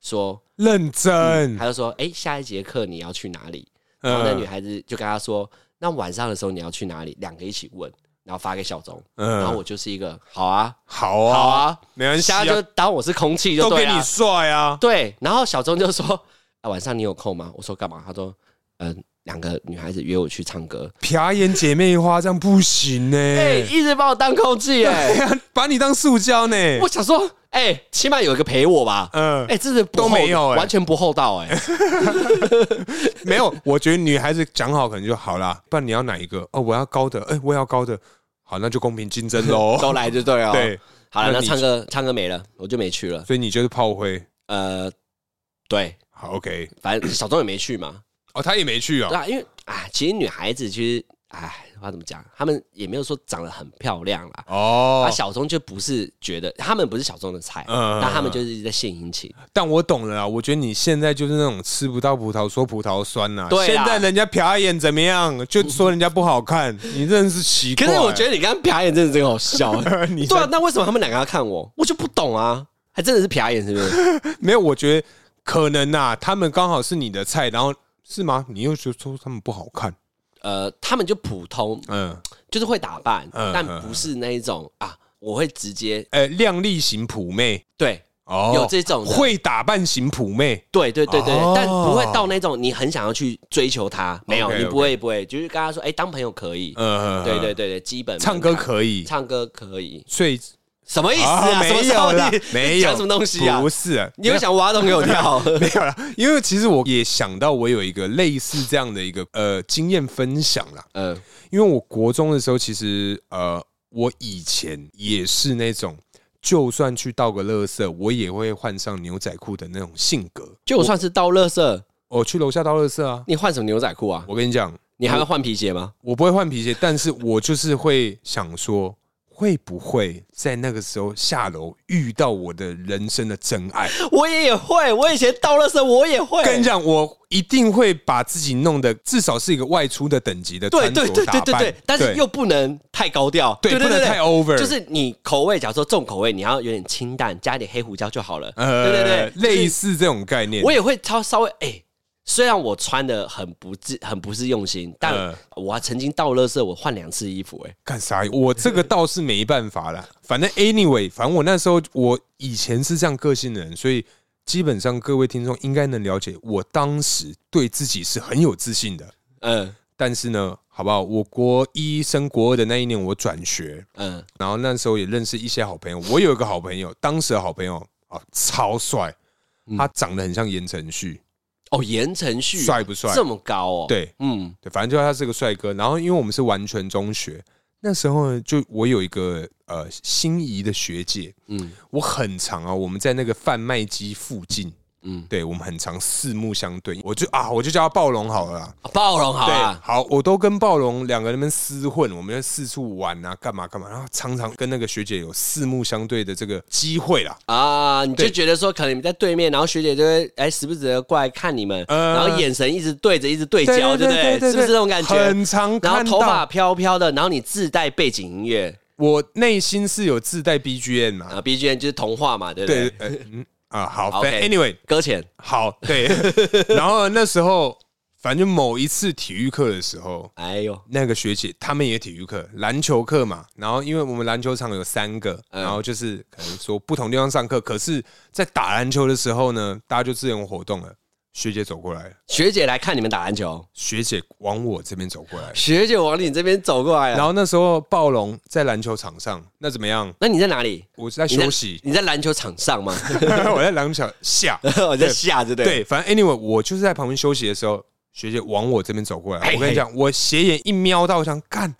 说，认真他，就说，哎，下一节课你要去哪里？然后那女嗯孩子就跟他说：“那晚上的时候你要去哪里？”两个一起问，然后发给小钟。然后嗯，我就是一个好啊，好好啊，啊，没关系啊现在就当我是空气就都对给你了。帅啊，对，然后小钟就说：“啊，晚上你有空吗？”我说：“干嘛？”他说：“嗯、两个女孩子约我去唱歌。瞟眼姐妹花这样不行呢，哎，一直把我当空气哎、 对啊 把你当塑胶呢，我想说，哎、起码有一个陪我吧。嗯哎、，真的不都厚没有哎完全不厚道哎、 没有，我觉得女孩子讲好可能就好啦，不然你要哪一个？哦，我要高的，哎，我要高的，好，那就公平竞争 喽。都来就对哦。对，，好了，那那你唱歌唱歌没了，我就没去了。所以你就是炮灰。呃，对，好，OK，反正小钟也没去嘛。哦，他也没去对哦。啊，因为啊，其实女孩子其实，哎，话怎么讲，她们也没有说长得很漂亮啦。啊，哦，小钟就不是觉得她们不是小钟的菜，嗯但她们就是一直在献殷勤。但我懂了啦，我觉得你现在就是那种吃不到葡萄说葡萄酸呐、对现啦在人家瞟眼怎么样，就说人家不 好看，你真的是奇怪。可是我觉得你刚刚瞟眼真的真好 笑，得你对啊，那为什么他们两个要看我？我就不懂啊，还真的是瞟眼是不 是？没有，我觉得可能呐、他们刚好是你的菜，然后是吗？你又觉得说他们不好看，呃，他们就普通，嗯，就是会打扮，嗯但嗯不是那一种啊，我会直接呃，靓丽型普妹对哦，有这种的会打扮型普妹，对对对对，哦但不会到那种你很想要去追求她，没有， OK，你不会不会，就是跟她说，哎，当朋友可以，呃，对对对对，基本门槛唱歌可以，嗯唱歌可以，所以什么意思啊啊？什么没时有候啦你，没你有讲什么东西啊不？是，你又想挖洞给我跳？ 没有啦，因为其实我也想到，我有一个类似这样的一个呃经验分享啦。 嗯因为我国中的时候，其实呃，我以前也是那种，就算去倒个垃圾，我也会换上牛仔裤的那种性格。就算是倒垃圾，我去楼下倒垃圾啊，你换什么牛仔裤啊？我跟你讲，你还会换皮鞋吗？我不会换皮鞋，但是我就是会想说，会不会在那个时候下楼遇到我的人生的真爱？我也会，我以前倒垃圾我也会。跟你讲，我一定会把自己弄得至少是一个外出的等级的对穿对着对打对扮，对对，但是又不能太高调，对不能太 over 就是你口味，假如说重口味，你要有点清淡，加一点黑胡椒就好了。呃对对对，类似这种概念。我也会超稍微哎、虽然我穿的很不自很不是用心，但嗯我还曾经倒垃圾，我换两次衣服、欸，干啥？我这个倒是没办法啦。反正 anyway，反正我那时候我以前是这样个性的人，所以基本上各位听众应该能了解，我当时对自己是很有自信的。嗯但是呢，好不好？我国一升国二的那一年，我转学，嗯，然后那时候也认识一些好朋友。我有一个好朋友，当时的好朋友啊，超帅，嗯他长得很像言承旭，哦，言承旭帅不帅这么高哦，，对嗯对，反正就他是个帅哥。然后因为我们是完全中学，那时候呢，就我有一个呃心仪的学姐，嗯我很常啊，我们在那个贩卖机附近，嗯，对我们很常四目相对，我就啊，我就叫他暴龙好了啦。啊暴龙好对啊，，好，我都跟暴龙两个人们厮混，我们就四处玩啊，干嘛干嘛，然后常常跟那个学姐有四目相对的这个机会啦。啊，你就对觉得说可能你们在对面，然后学姐就会哎时不时的过来看你们，呃然后眼神一直对着，一直对焦，对不对？是不是这种感觉？很常然后看头发到。飘飘的，然后你自带背景音乐我内心是有自带 BGM 啊，啊，BGM 就是童话嘛，对不对对？，呃嗯啊， 好 OK ，a n y w a y 搁浅，好，对。 然后那时候，反正某一次体育课的时候，哎呦，那个学姐，他们也体育课，篮球课嘛。然后因为我们篮球场有三个，嗯然后就是可能说不同地方上课，可是，在打篮球的时候呢，大家就自由活动了。学姐走过来了，学姐来看你们打篮球，学姐往我这边走过来，学姐往你这边走过来啊然了。后那时候暴龙在篮球场上，那怎么样？那你在哪里？我是在你在休息， 你在篮球场上吗？我在篮球场下。我在下， 对不对？对，反正 anyway，我就是在旁边休息的时候，学姐往我这边走过来。嘿我跟你讲，我斜眼一瞄到，我想干，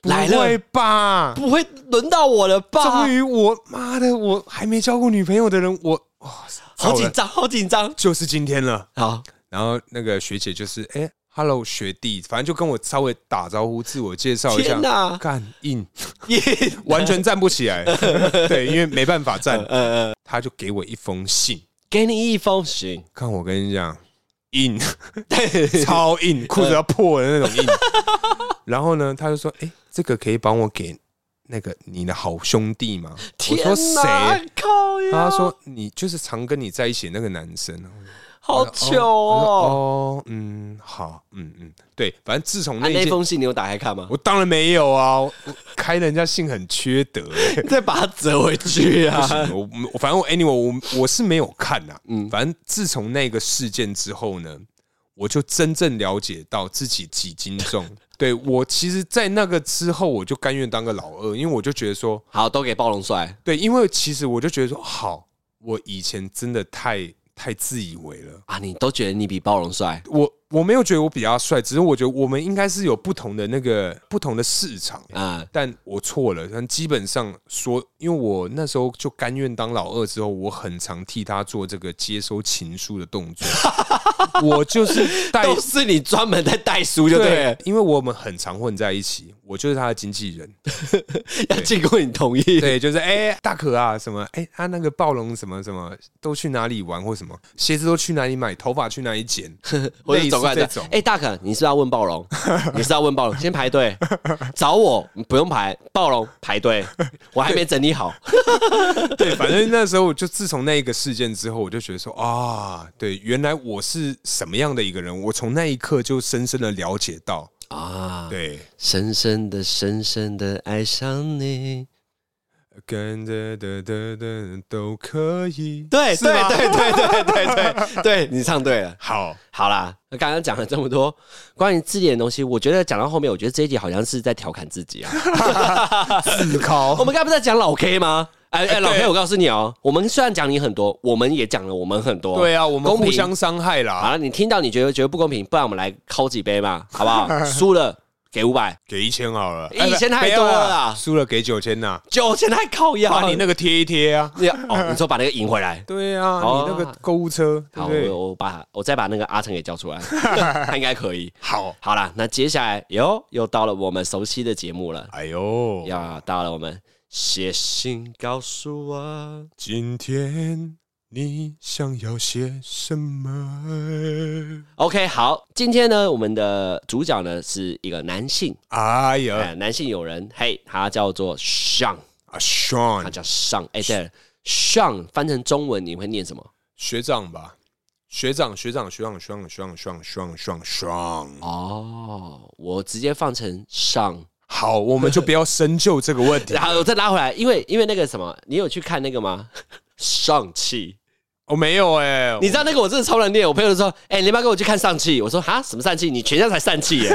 不来了会吧？不会轮到我了吧终？于我，妈的，我还没交过女朋友的人，我哇，好糟紧了，张，好紧张。就是今天了。好，然后那个学姐就是，哎、h e l l o 学弟，反正就跟我稍微打招呼、自我介绍一天下， 哪！干硬，耶，完全站不起 来，对，因为没办法站，呃，呃他就给我一封信，给你一封信，看我跟你讲， 硬，超硬，裤子要破的那种硬。嗯 然后呢，他就说：“哎、这个可以帮我给那个你的好兄弟吗？”我天说：“谁？”？靠呀！他说：“你就是常跟你在一起那个男生。啊好我说”糗我说哦。哦，嗯，好，嗯嗯，对，反正自从啊，那那件，封信你有打开看吗？我当然没有啊，我我开人家信很缺德、欸。 再把它折回去啊！我我反正我 anyway 我我是没有看呐、嗯反正自从那个事件之后呢，我就真正了解到自己几斤 重。对我其实，在那个之后，我就甘愿当个老二，因为我就觉得说， 好，都给暴龙帅。对，因为其实我就觉得说，好，我以前真的太太自以为了。啊，你都觉得你比暴龙帅，我我没有觉得我比较帅，只是我觉得我们应该是有不同的那个不同的市场，啊，但我错了。但基本上说，因为我那时候就甘愿当老二之后，我很常替他做这个接收情书的 动作。我就是带都是你专门在带书就对了，因为我们很常混在一起，我就是他的经 纪人。要经过你同意。对，就是哎、大可啊，什么哎、他那个暴龙什么什么都去哪里玩或什么，鞋子都去哪里买，头发去哪里剪， 我就类似走过来这的种。。哎，大可，你是不是要问暴龙，你是不是要问暴龙，先排队，找我不用排，暴龙排队，我还没整理好。对，反正那时候我就自从那一个事件之后，我就觉得说啊，对，原来我是什么样的一个人，我从那一刻就深深的了解到，啊，对，深深的、深深的爱上你。跟着的的的都可以，对是对吗对对对对 对对，你唱对了。好，好啦，那刚刚讲了这么多关于自恋的东西，我觉得讲到后面，我觉得这一集好像是在调侃自己啊。自我考，们刚才不是在讲老 K 吗？哎哎，老 K，对我告诉你哦，我们虽然讲你很多，我们也讲了我们很多。 对啊，我们公平啊互相伤好害啦，了，你听到你觉得觉得不公平，不然我们来敲几杯 嘛，好不好？输了给五百，给一千好了，一千哎不太多了不要啦输了给九千呐，九千还靠腰。啊把你那个贴一贴啊，你 哦，你说把那个赢回来。对啊，好啊你那个购物车，对好，哦不我对？我我把我再把那个阿成给叫出 来，他应该可以。好，好啦，那接下来哟，又到了我们熟悉的节目了，哎呦，要到了我们写信告诉我。今天你想要些什么？ OK，好，今天呢，我们的主角呢是一个男性，哎哎、呀，男性友人，嘿，他叫做 Sean，啊他，Sean 叫 Sean，哎、对，Sean 翻成中文你会念什么？学长吧，学长学长学长学长学长学长学长学长学长。哦，我直接放成上，好，我们就不要深究这个 问题。然后我再拉回来，因为因为那个什么，你有去看那个吗？ 上气，我没有哎，你知道那个我真的超难念。我朋友就说：“哎、你要不要跟我去看上气？”我说：“哈，什么上气？你全家才散气 耶！”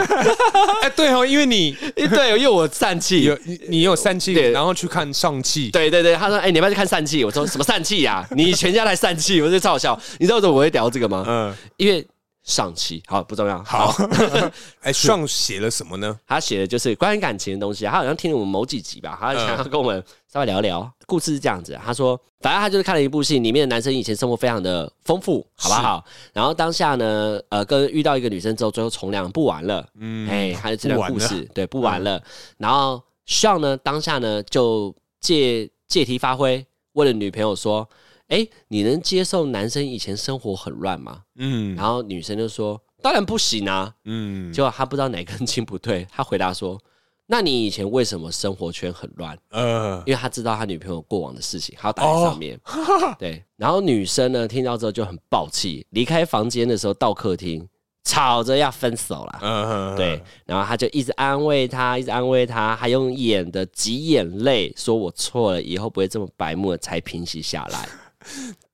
哎对哦，因为你 对，因为我散气有。你你有三气，对然后去看上气，对对对，他说：“哎、你要不要去看疝气？”我说：“什么疝气呀？你全家来疝气，我就超好笑。你知道为什么我会聊这个吗？嗯，因为上期好不重要，好， 哎，上写了什么呢？他写的就是关于感情的东西。他好像听了我们某几集吧，他想要跟我们稍微聊聊。故事是这样子，他说，反正他就是看了一部戏，里面的男生以前生活非常的丰富，好不好？然后当下呢，呃，跟遇到一个女生之后，最后从良不玩了，嗯，哎，他就这段故不事，对，不玩了。然后 Sean 呢，当下呢就借借题发挥，问了女朋友说：“哎、你能接受男生以前生活很乱吗？”嗯然后女生就说：“当然不行啊。”嗯结果他不知道哪根筋不对，他回答说：“那你以前为什么生活圈很乱？呃因为他知道他女朋友过往的事情，他要打在上面。哦对，然后女生呢听到之后就很暴气，离开房间的时候到客厅吵着要分手啦。呃，对，然后他就一直安慰他，一直安慰他，还用演的挤眼泪，说我错了，以后不会这么白目了，才平息下来。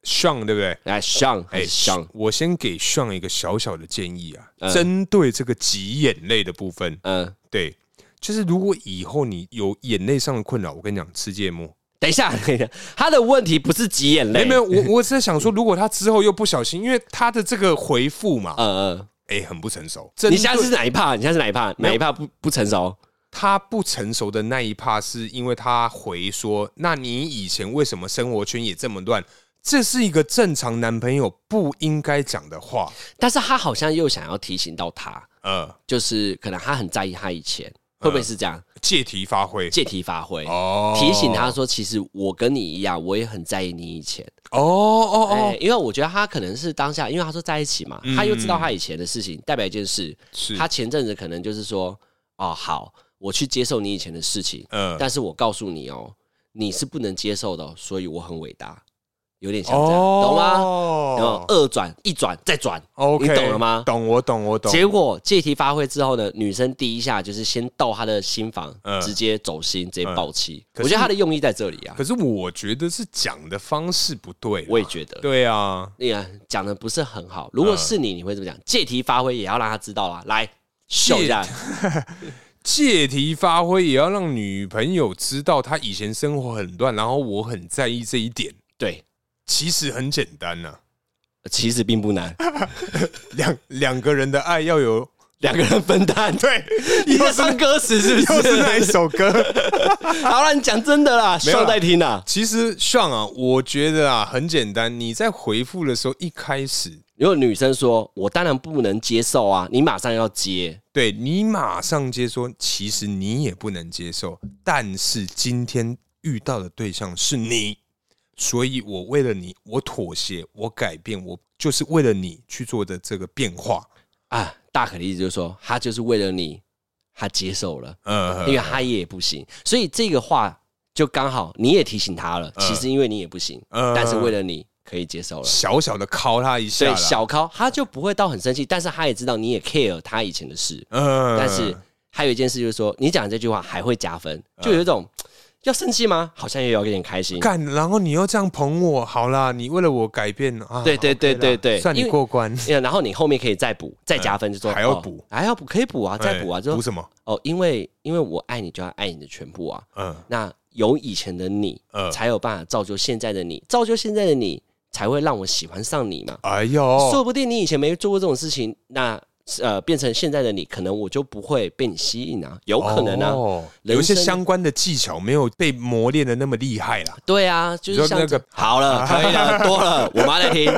上对不对？来，上，哎，上，我先给上一个小小的建议啊，嗯针对这个挤眼泪的部分，嗯，对，就是如果以后你有眼泪上的困扰，我跟你讲，吃芥末。等一下， 等一下，他的问题不是挤眼泪，没有没有，我我只是想说，如果他之后又不小心，因为他的这个回复嘛，嗯嗯。哎、很不成熟。针你对现在是哪一趴？你现在是哪一趴？哪一趴不不成熟？他不成熟的那一趴，是因为他回说：“那你以前为什么生活圈也这么乱？”这是一个正常男朋友不应该讲的话。但是他好像又想要提醒到他，呃，就是可能他很在意他以前，会不会是这样借题发挥借题发挥？嗯哦，提醒他说，其实我跟你一样，我也很在意你以前。哦哦嗯哦，哎，因为我觉得他可能是当下，因为他说在一起嘛，他又知道他以前的事情，代表一件事，是他前阵子可能就是说，哦，好，我去接受你以前的事情，呃但是我告诉你哦，你是不能接受的哦，所以我很伟大，有点像这样，哦，懂吗？然后二转一转再转， OK，你懂了吗懂，我懂，我懂。结果借题发挥之后呢，女生第一下就是先到他的心房，嗯直接走心，直接爆气。可是我觉得他的用意在这里啊，可是我觉得是讲的方式不对啦。我也觉得。对啊，你看讲的不是很好，如果是你，你会怎么嗯讲？借题发挥也要让他知道啊，来秀一下。借题发挥也要让女朋友知道她以前生活很乱，然后我很在意这一点。对，其实很简单呐、其实并不难， 两两个人的爱要有， 两个人分担。对， 你又在是唱歌词是不 又是是？那一 首歌。好了，你讲真的啦，没有啦秀在听啦。其实上啊，我觉得啊很简单，你在回复的时候一开始，如果女生说“我当然不能接受啊”，你马上要接。对你马上接说，其实你也不能接受，但是今天遇到的对象是你，所以我为了你，我妥协，我改变，我就是为了你去做的这个变化。啊，大可的意思就是说，他就是为了你，他接受了，呃，因为他也不行，所以这个话就刚好你也提醒他了。呃其实因为你也不行，嗯但是为了你可以接受了。小小的敲他一所下以啦，小康他就不会到很生气，但是他也知道你也 care 他以前的事，呃但是还有一件事就是说，你讲这句话还会加分，就有一种要生气吗？好像也有点开心。呃干，然后你又这样捧我，好啦，你为了我改变啊，对对 OK 啦对对对算因你为过关，嗯然后你后面可以再补，再加分，就说呃还要哦补还要补，可以补啊，再补啊，哎就说补什么？哦，因为因为我爱你，就要爱你的全部啊。嗯那有以前的你，嗯才有办法造就现在的你，造就现在的你，才会让我喜欢上你嘛。哎呦，说不定你以前没做过这种事情，那呃，变成现在的你，可能我就不会被你吸引啊，有可能啊。哦人有一些生相关的技巧没有被磨练的那么厉 害啦。对啊，就你说是像那个这好 了，可以了，多了，我妈在听。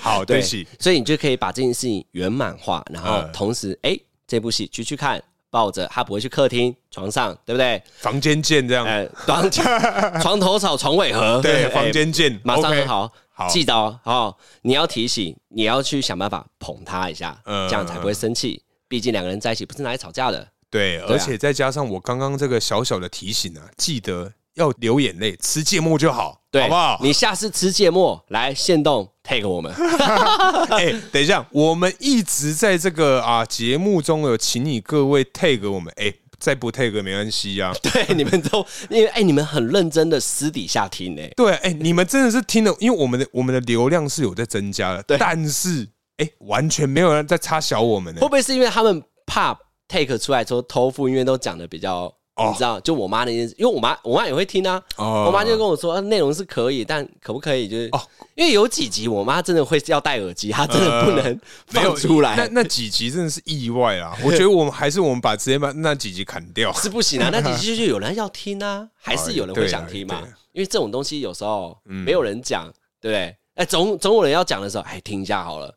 好，对不起，所以你就可以把这件事情圆满化，然后嗯同时，哎、这部戏去去看，抱着他不会去客厅、床上，对不对？房间见这样，呃，床 床头吵，床尾和，嗯对，哎房间见，马上 OK 很，好，好记得哦，哦，你要提醒，你要去想办法捧他一下，嗯这样才不会生气。毕竟两个人在一起不是拿来吵架的，对，对啊而且再加上我刚刚这个小小的提醒啊，记得要流眼泪，吃芥末就好，好不好？你下次吃芥末来现动 take 我们， 哎、等一下，我们一直在这个啊节目中有请你各位 tag 我们，哎、再不 tag 没关系呀、啊。对，你们都因为哎、你们很认真的私底下听呢、欸对，哎、你们真的是听了，因为我们的我们的流量是有在增加的，但是哎、完全没有人在插小我们呢、会不会是因为他们怕 take 出来之后偷富，因为都讲的比较。哦你知道，就我妈那件事，因为我妈我妈也会听啊，哦我妈就跟我说，啊内、容是可以，但可不可以就是，哦因为有几集我妈真的会要戴耳机，她真的不能呃没有放出来，那那几集真的是意外 啊！我觉得我们还是我们把直接把那几集砍掉。是不 行啊，那其实就有人要听啊，还是有人会想听嘛哎对啊对啊。嗯因为这种东西有时候没有人讲，对不对？哎，总总有人要讲的时候，哎，听一下好了。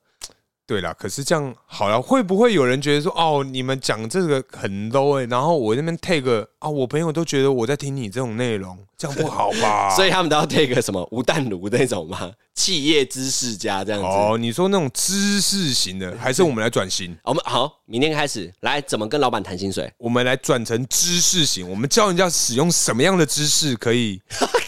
对啦，可是这样好了，会不会有人觉得说哦，你们讲这个很 low 哎、然后我那边 tag 啊，我朋友都觉得我在听你这种内容，这样不好吧？ 所以他们都要 take 什么吴淡如那种嘛， 企业知识家这样子。哦，你说那种知识型的，还是我们来转型？？我们好，明天开始来怎么跟老板谈薪水 我们来转成知识型，我们教人家使用什么样的知识可以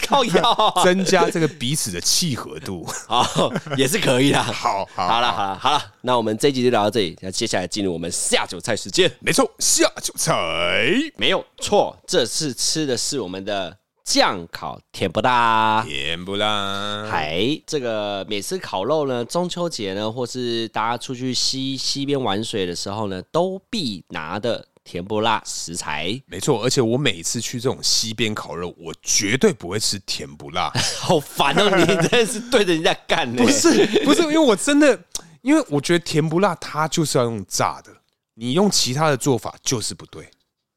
靠腰啊，增加这个彼此的契合度。 好也是可以啦。好 好好了，好了，好了，那我们这一集就聊到这里，那接下来进入我们下酒菜时间。没错，下酒菜没有错，这次吃的是我们的酱烤甜不辣。甜不辣，嗯海，这个每次烤肉呢，中秋节呢，或是大家出去溪溪边玩水的时候呢，都必拿的甜不辣食材，没错。而且我每次去这种西边烤肉，我绝对不会吃甜不 辣。 好烦哦！你真的是对着人家干呢、不是 不是，因为我真的，因为我觉得甜不辣它就是要用炸的，你用其他的做法就是不对。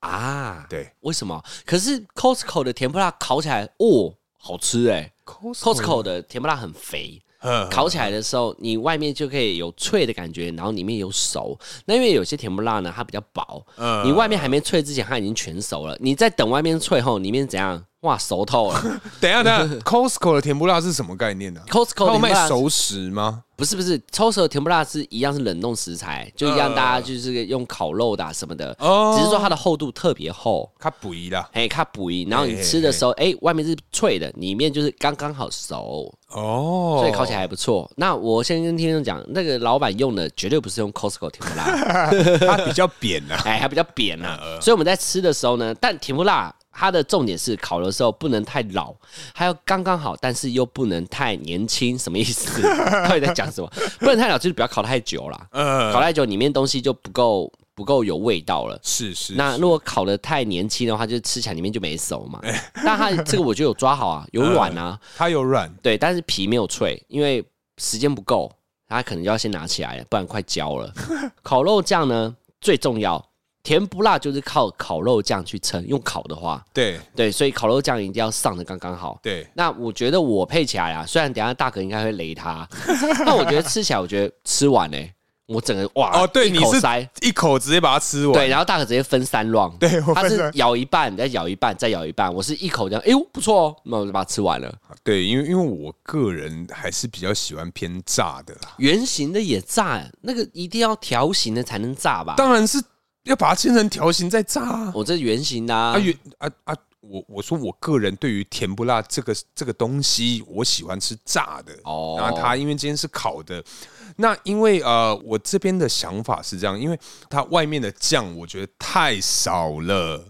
啊？对为什么？可是 Costco 的甜不辣烤起来，哦，好吃哎、Costco 的甜不辣很肥，呃，烤起来的时候，你外面就可以有脆的感觉，然后里面有熟。那因为有些甜不辣呢，它比较薄，嗯你外面还没脆之前，它已经全熟了。你在等外面脆后，里面怎样？哇，熟透 了。 等一下等一下，Costco 的甜不辣是什么概念呢、它 Costco 有甜不卖辣熟食吗？不是不是，抽熟的甜不辣是一样是冷冻食材，就一样大家就是用烤肉的、啊、什么的，哦只是说它的厚度特别厚。它不一啦。哎，它补一，然后你吃的时候，哎，外面是脆的，里面就是刚刚好熟，哦，所以烤起来还不错。那我先跟听众讲，那个老板用的绝对不是用 Costco 甜 不辣，它比较扁啊。哎，还比较扁啊。所以我们在吃的时候呢，但甜不辣它的重点是烤的时候不能太老，还要刚刚好，但是又不能太年轻，什么意 思？到底在讲什么？不能太老就是不要烤太久 啦，呃，烤太久里面东西就不够不够有味道了。是是，那如果烤的太年轻的话，就吃起来里面就没熟 嘛。但它这个我觉得有抓好啊，有软啊，它有软，对，但是皮没有脆，因为时间不够，它可能就要先拿起来了，不然快焦了。烤肉酱呢最重要，甜不辣就是靠烤肉酱去撑，用烤的话，对对，所以烤肉酱一定要上的刚刚好。对，那我觉得我配起来啊，虽然等一下大哥应该会雷他，但我觉得吃起来，我觉得吃完呢、我整个哇哦对一口你是塞。一口直接把它吃完，对，然后大可直接分三 round，对我他分是三咬一半，再咬一半，再咬一半。我是一口这样，哎呦不错哦，那我就把它吃完了。对，因为因为我个人还是比较喜欢偏炸的啦，圆形的也炸，那个一定要条形的才能炸吧？当然是要把它切成条形再炸啊。我这圆形的、啊啊，原啊啊，我我说我个人对于甜不辣这个这个东西，我喜欢吃炸的。哦那它因为今天是烤的，那因为呃，我这边的想法是这样，因为它外面的酱我觉得太少了，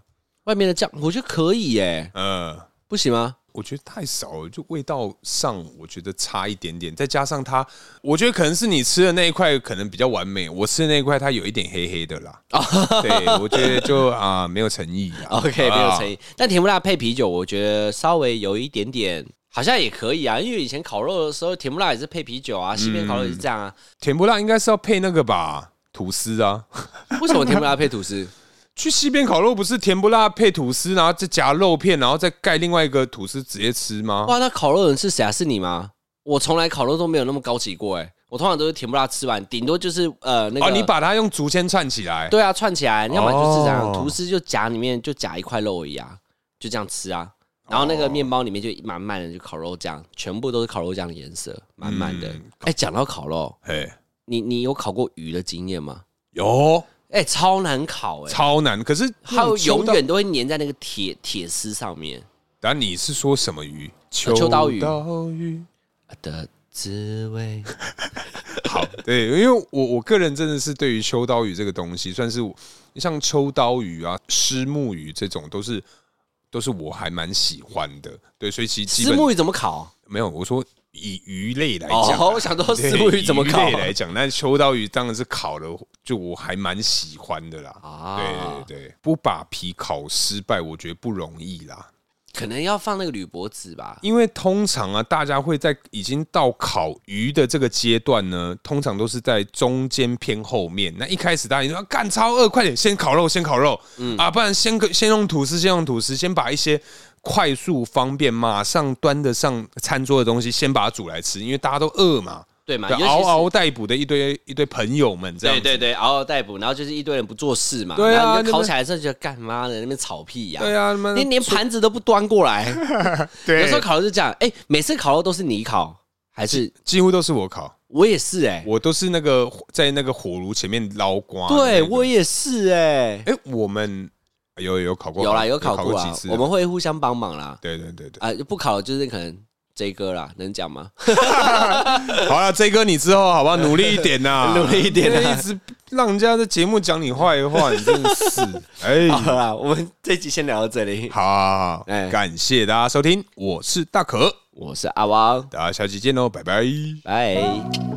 外面的酱，我觉得可以耶，呃。不行吗？我觉得太少了，就味道上我觉得差一点点，再加上它，我觉得可能是你吃的那一块可能比较完美，我吃的那一块它有一点黑黑的啦。哦对，我觉得就啊、没有诚意 啦。啊 OK，没有诚意。意。哦但甜不辣配啤酒，我觉得稍微有一点点，好像也可以啊。因为以前烤肉的时候，甜不辣也是配啤酒嗯啊，西边烤肉也是这样啊。甜不辣应该是要配那个吧，吐司啊。 为什么甜不辣配吐司？去西边烤肉不是甜不辣配吐司，然后再夹肉片，然后再盖另外一个吐司直接吃吗？哇，那烤肉人是谁啊？是你吗？我从来烤肉都没有那么高级过哎，我通常都是甜不辣吃完，顶多就是呃那个。哦，你把它用竹签串起来。对啊，串起来，要么就是这样，哦吐司就夹里面就夹一块肉而已啊，就这样吃啊。然后那个面包里面就满满的就烤肉酱，全部都是烤肉酱的颜色，满满的。哎、讲到烤肉，嘿，你你有烤过鱼的经验吗？有哎、超难烤哎、超难，可是嗯它有永远都会粘在那个铁铁丝上面。然后你是说什么鱼？呃秋刀鱼刀鱼。的滋味。好，对，因为我我个人真的是对于秋刀鱼这个东西，算是我像秋刀鱼啊、虱目鱼这种，都是都是我还蛮喜欢的。对，所以其实基石本木鱼怎么烤？没有我说以鱼类来讲啊、哦，我想说对石木鱼怎么以烤啊类来讲，那秋刀鱼当然是烤了，就我还蛮喜欢的啦。啊？对对对，不把皮烤失败，我觉得不容易啦。可能要放那个铝箔纸吧。因为通常啊，大家会在已经到烤鱼的这个阶段呢，通常都是在中间偏后面。那一开始大家就说啊干超饿，快点先烤肉，先烤肉，嗯啊，不然先个先用吐司，先用吐司，先把一些快速方便、马上端得上餐桌的东西，先把它煮来吃，因为大家都饿嘛，对嘛？对啊尤其是嗷嗷待哺的一堆一堆朋友们这样对子。对对，嗷嗷待哺，然后就是一堆人不做事嘛。对啊然后你就那烤边起来的时候就觉得干妈的那边吵屁呀、对啊，他们连连盘子都不端过来。对有时候烤肉就这样，哎、每次烤肉都是你烤，还是几乎都是我烤，我也是哎、我都是那个在那个火炉前面捞瓜的那对个。我也是哎、哎、我们有有烤过，有啦，有烤烤过啊几，次啊。我们会互相帮忙啦。对对对对，啊、不烤就是可能 J 哥啦，能讲 吗？好了，J 哥，你之 后好不好努力一点呐、努力一点啊啊，一直让人家在节目讲你坏话，你真 的是哎。好啦，我们这集先聊到这里。好好，好哎感谢大家收听，我是大可，我是阿汪，哦大家下期见喽，拜拜。拜。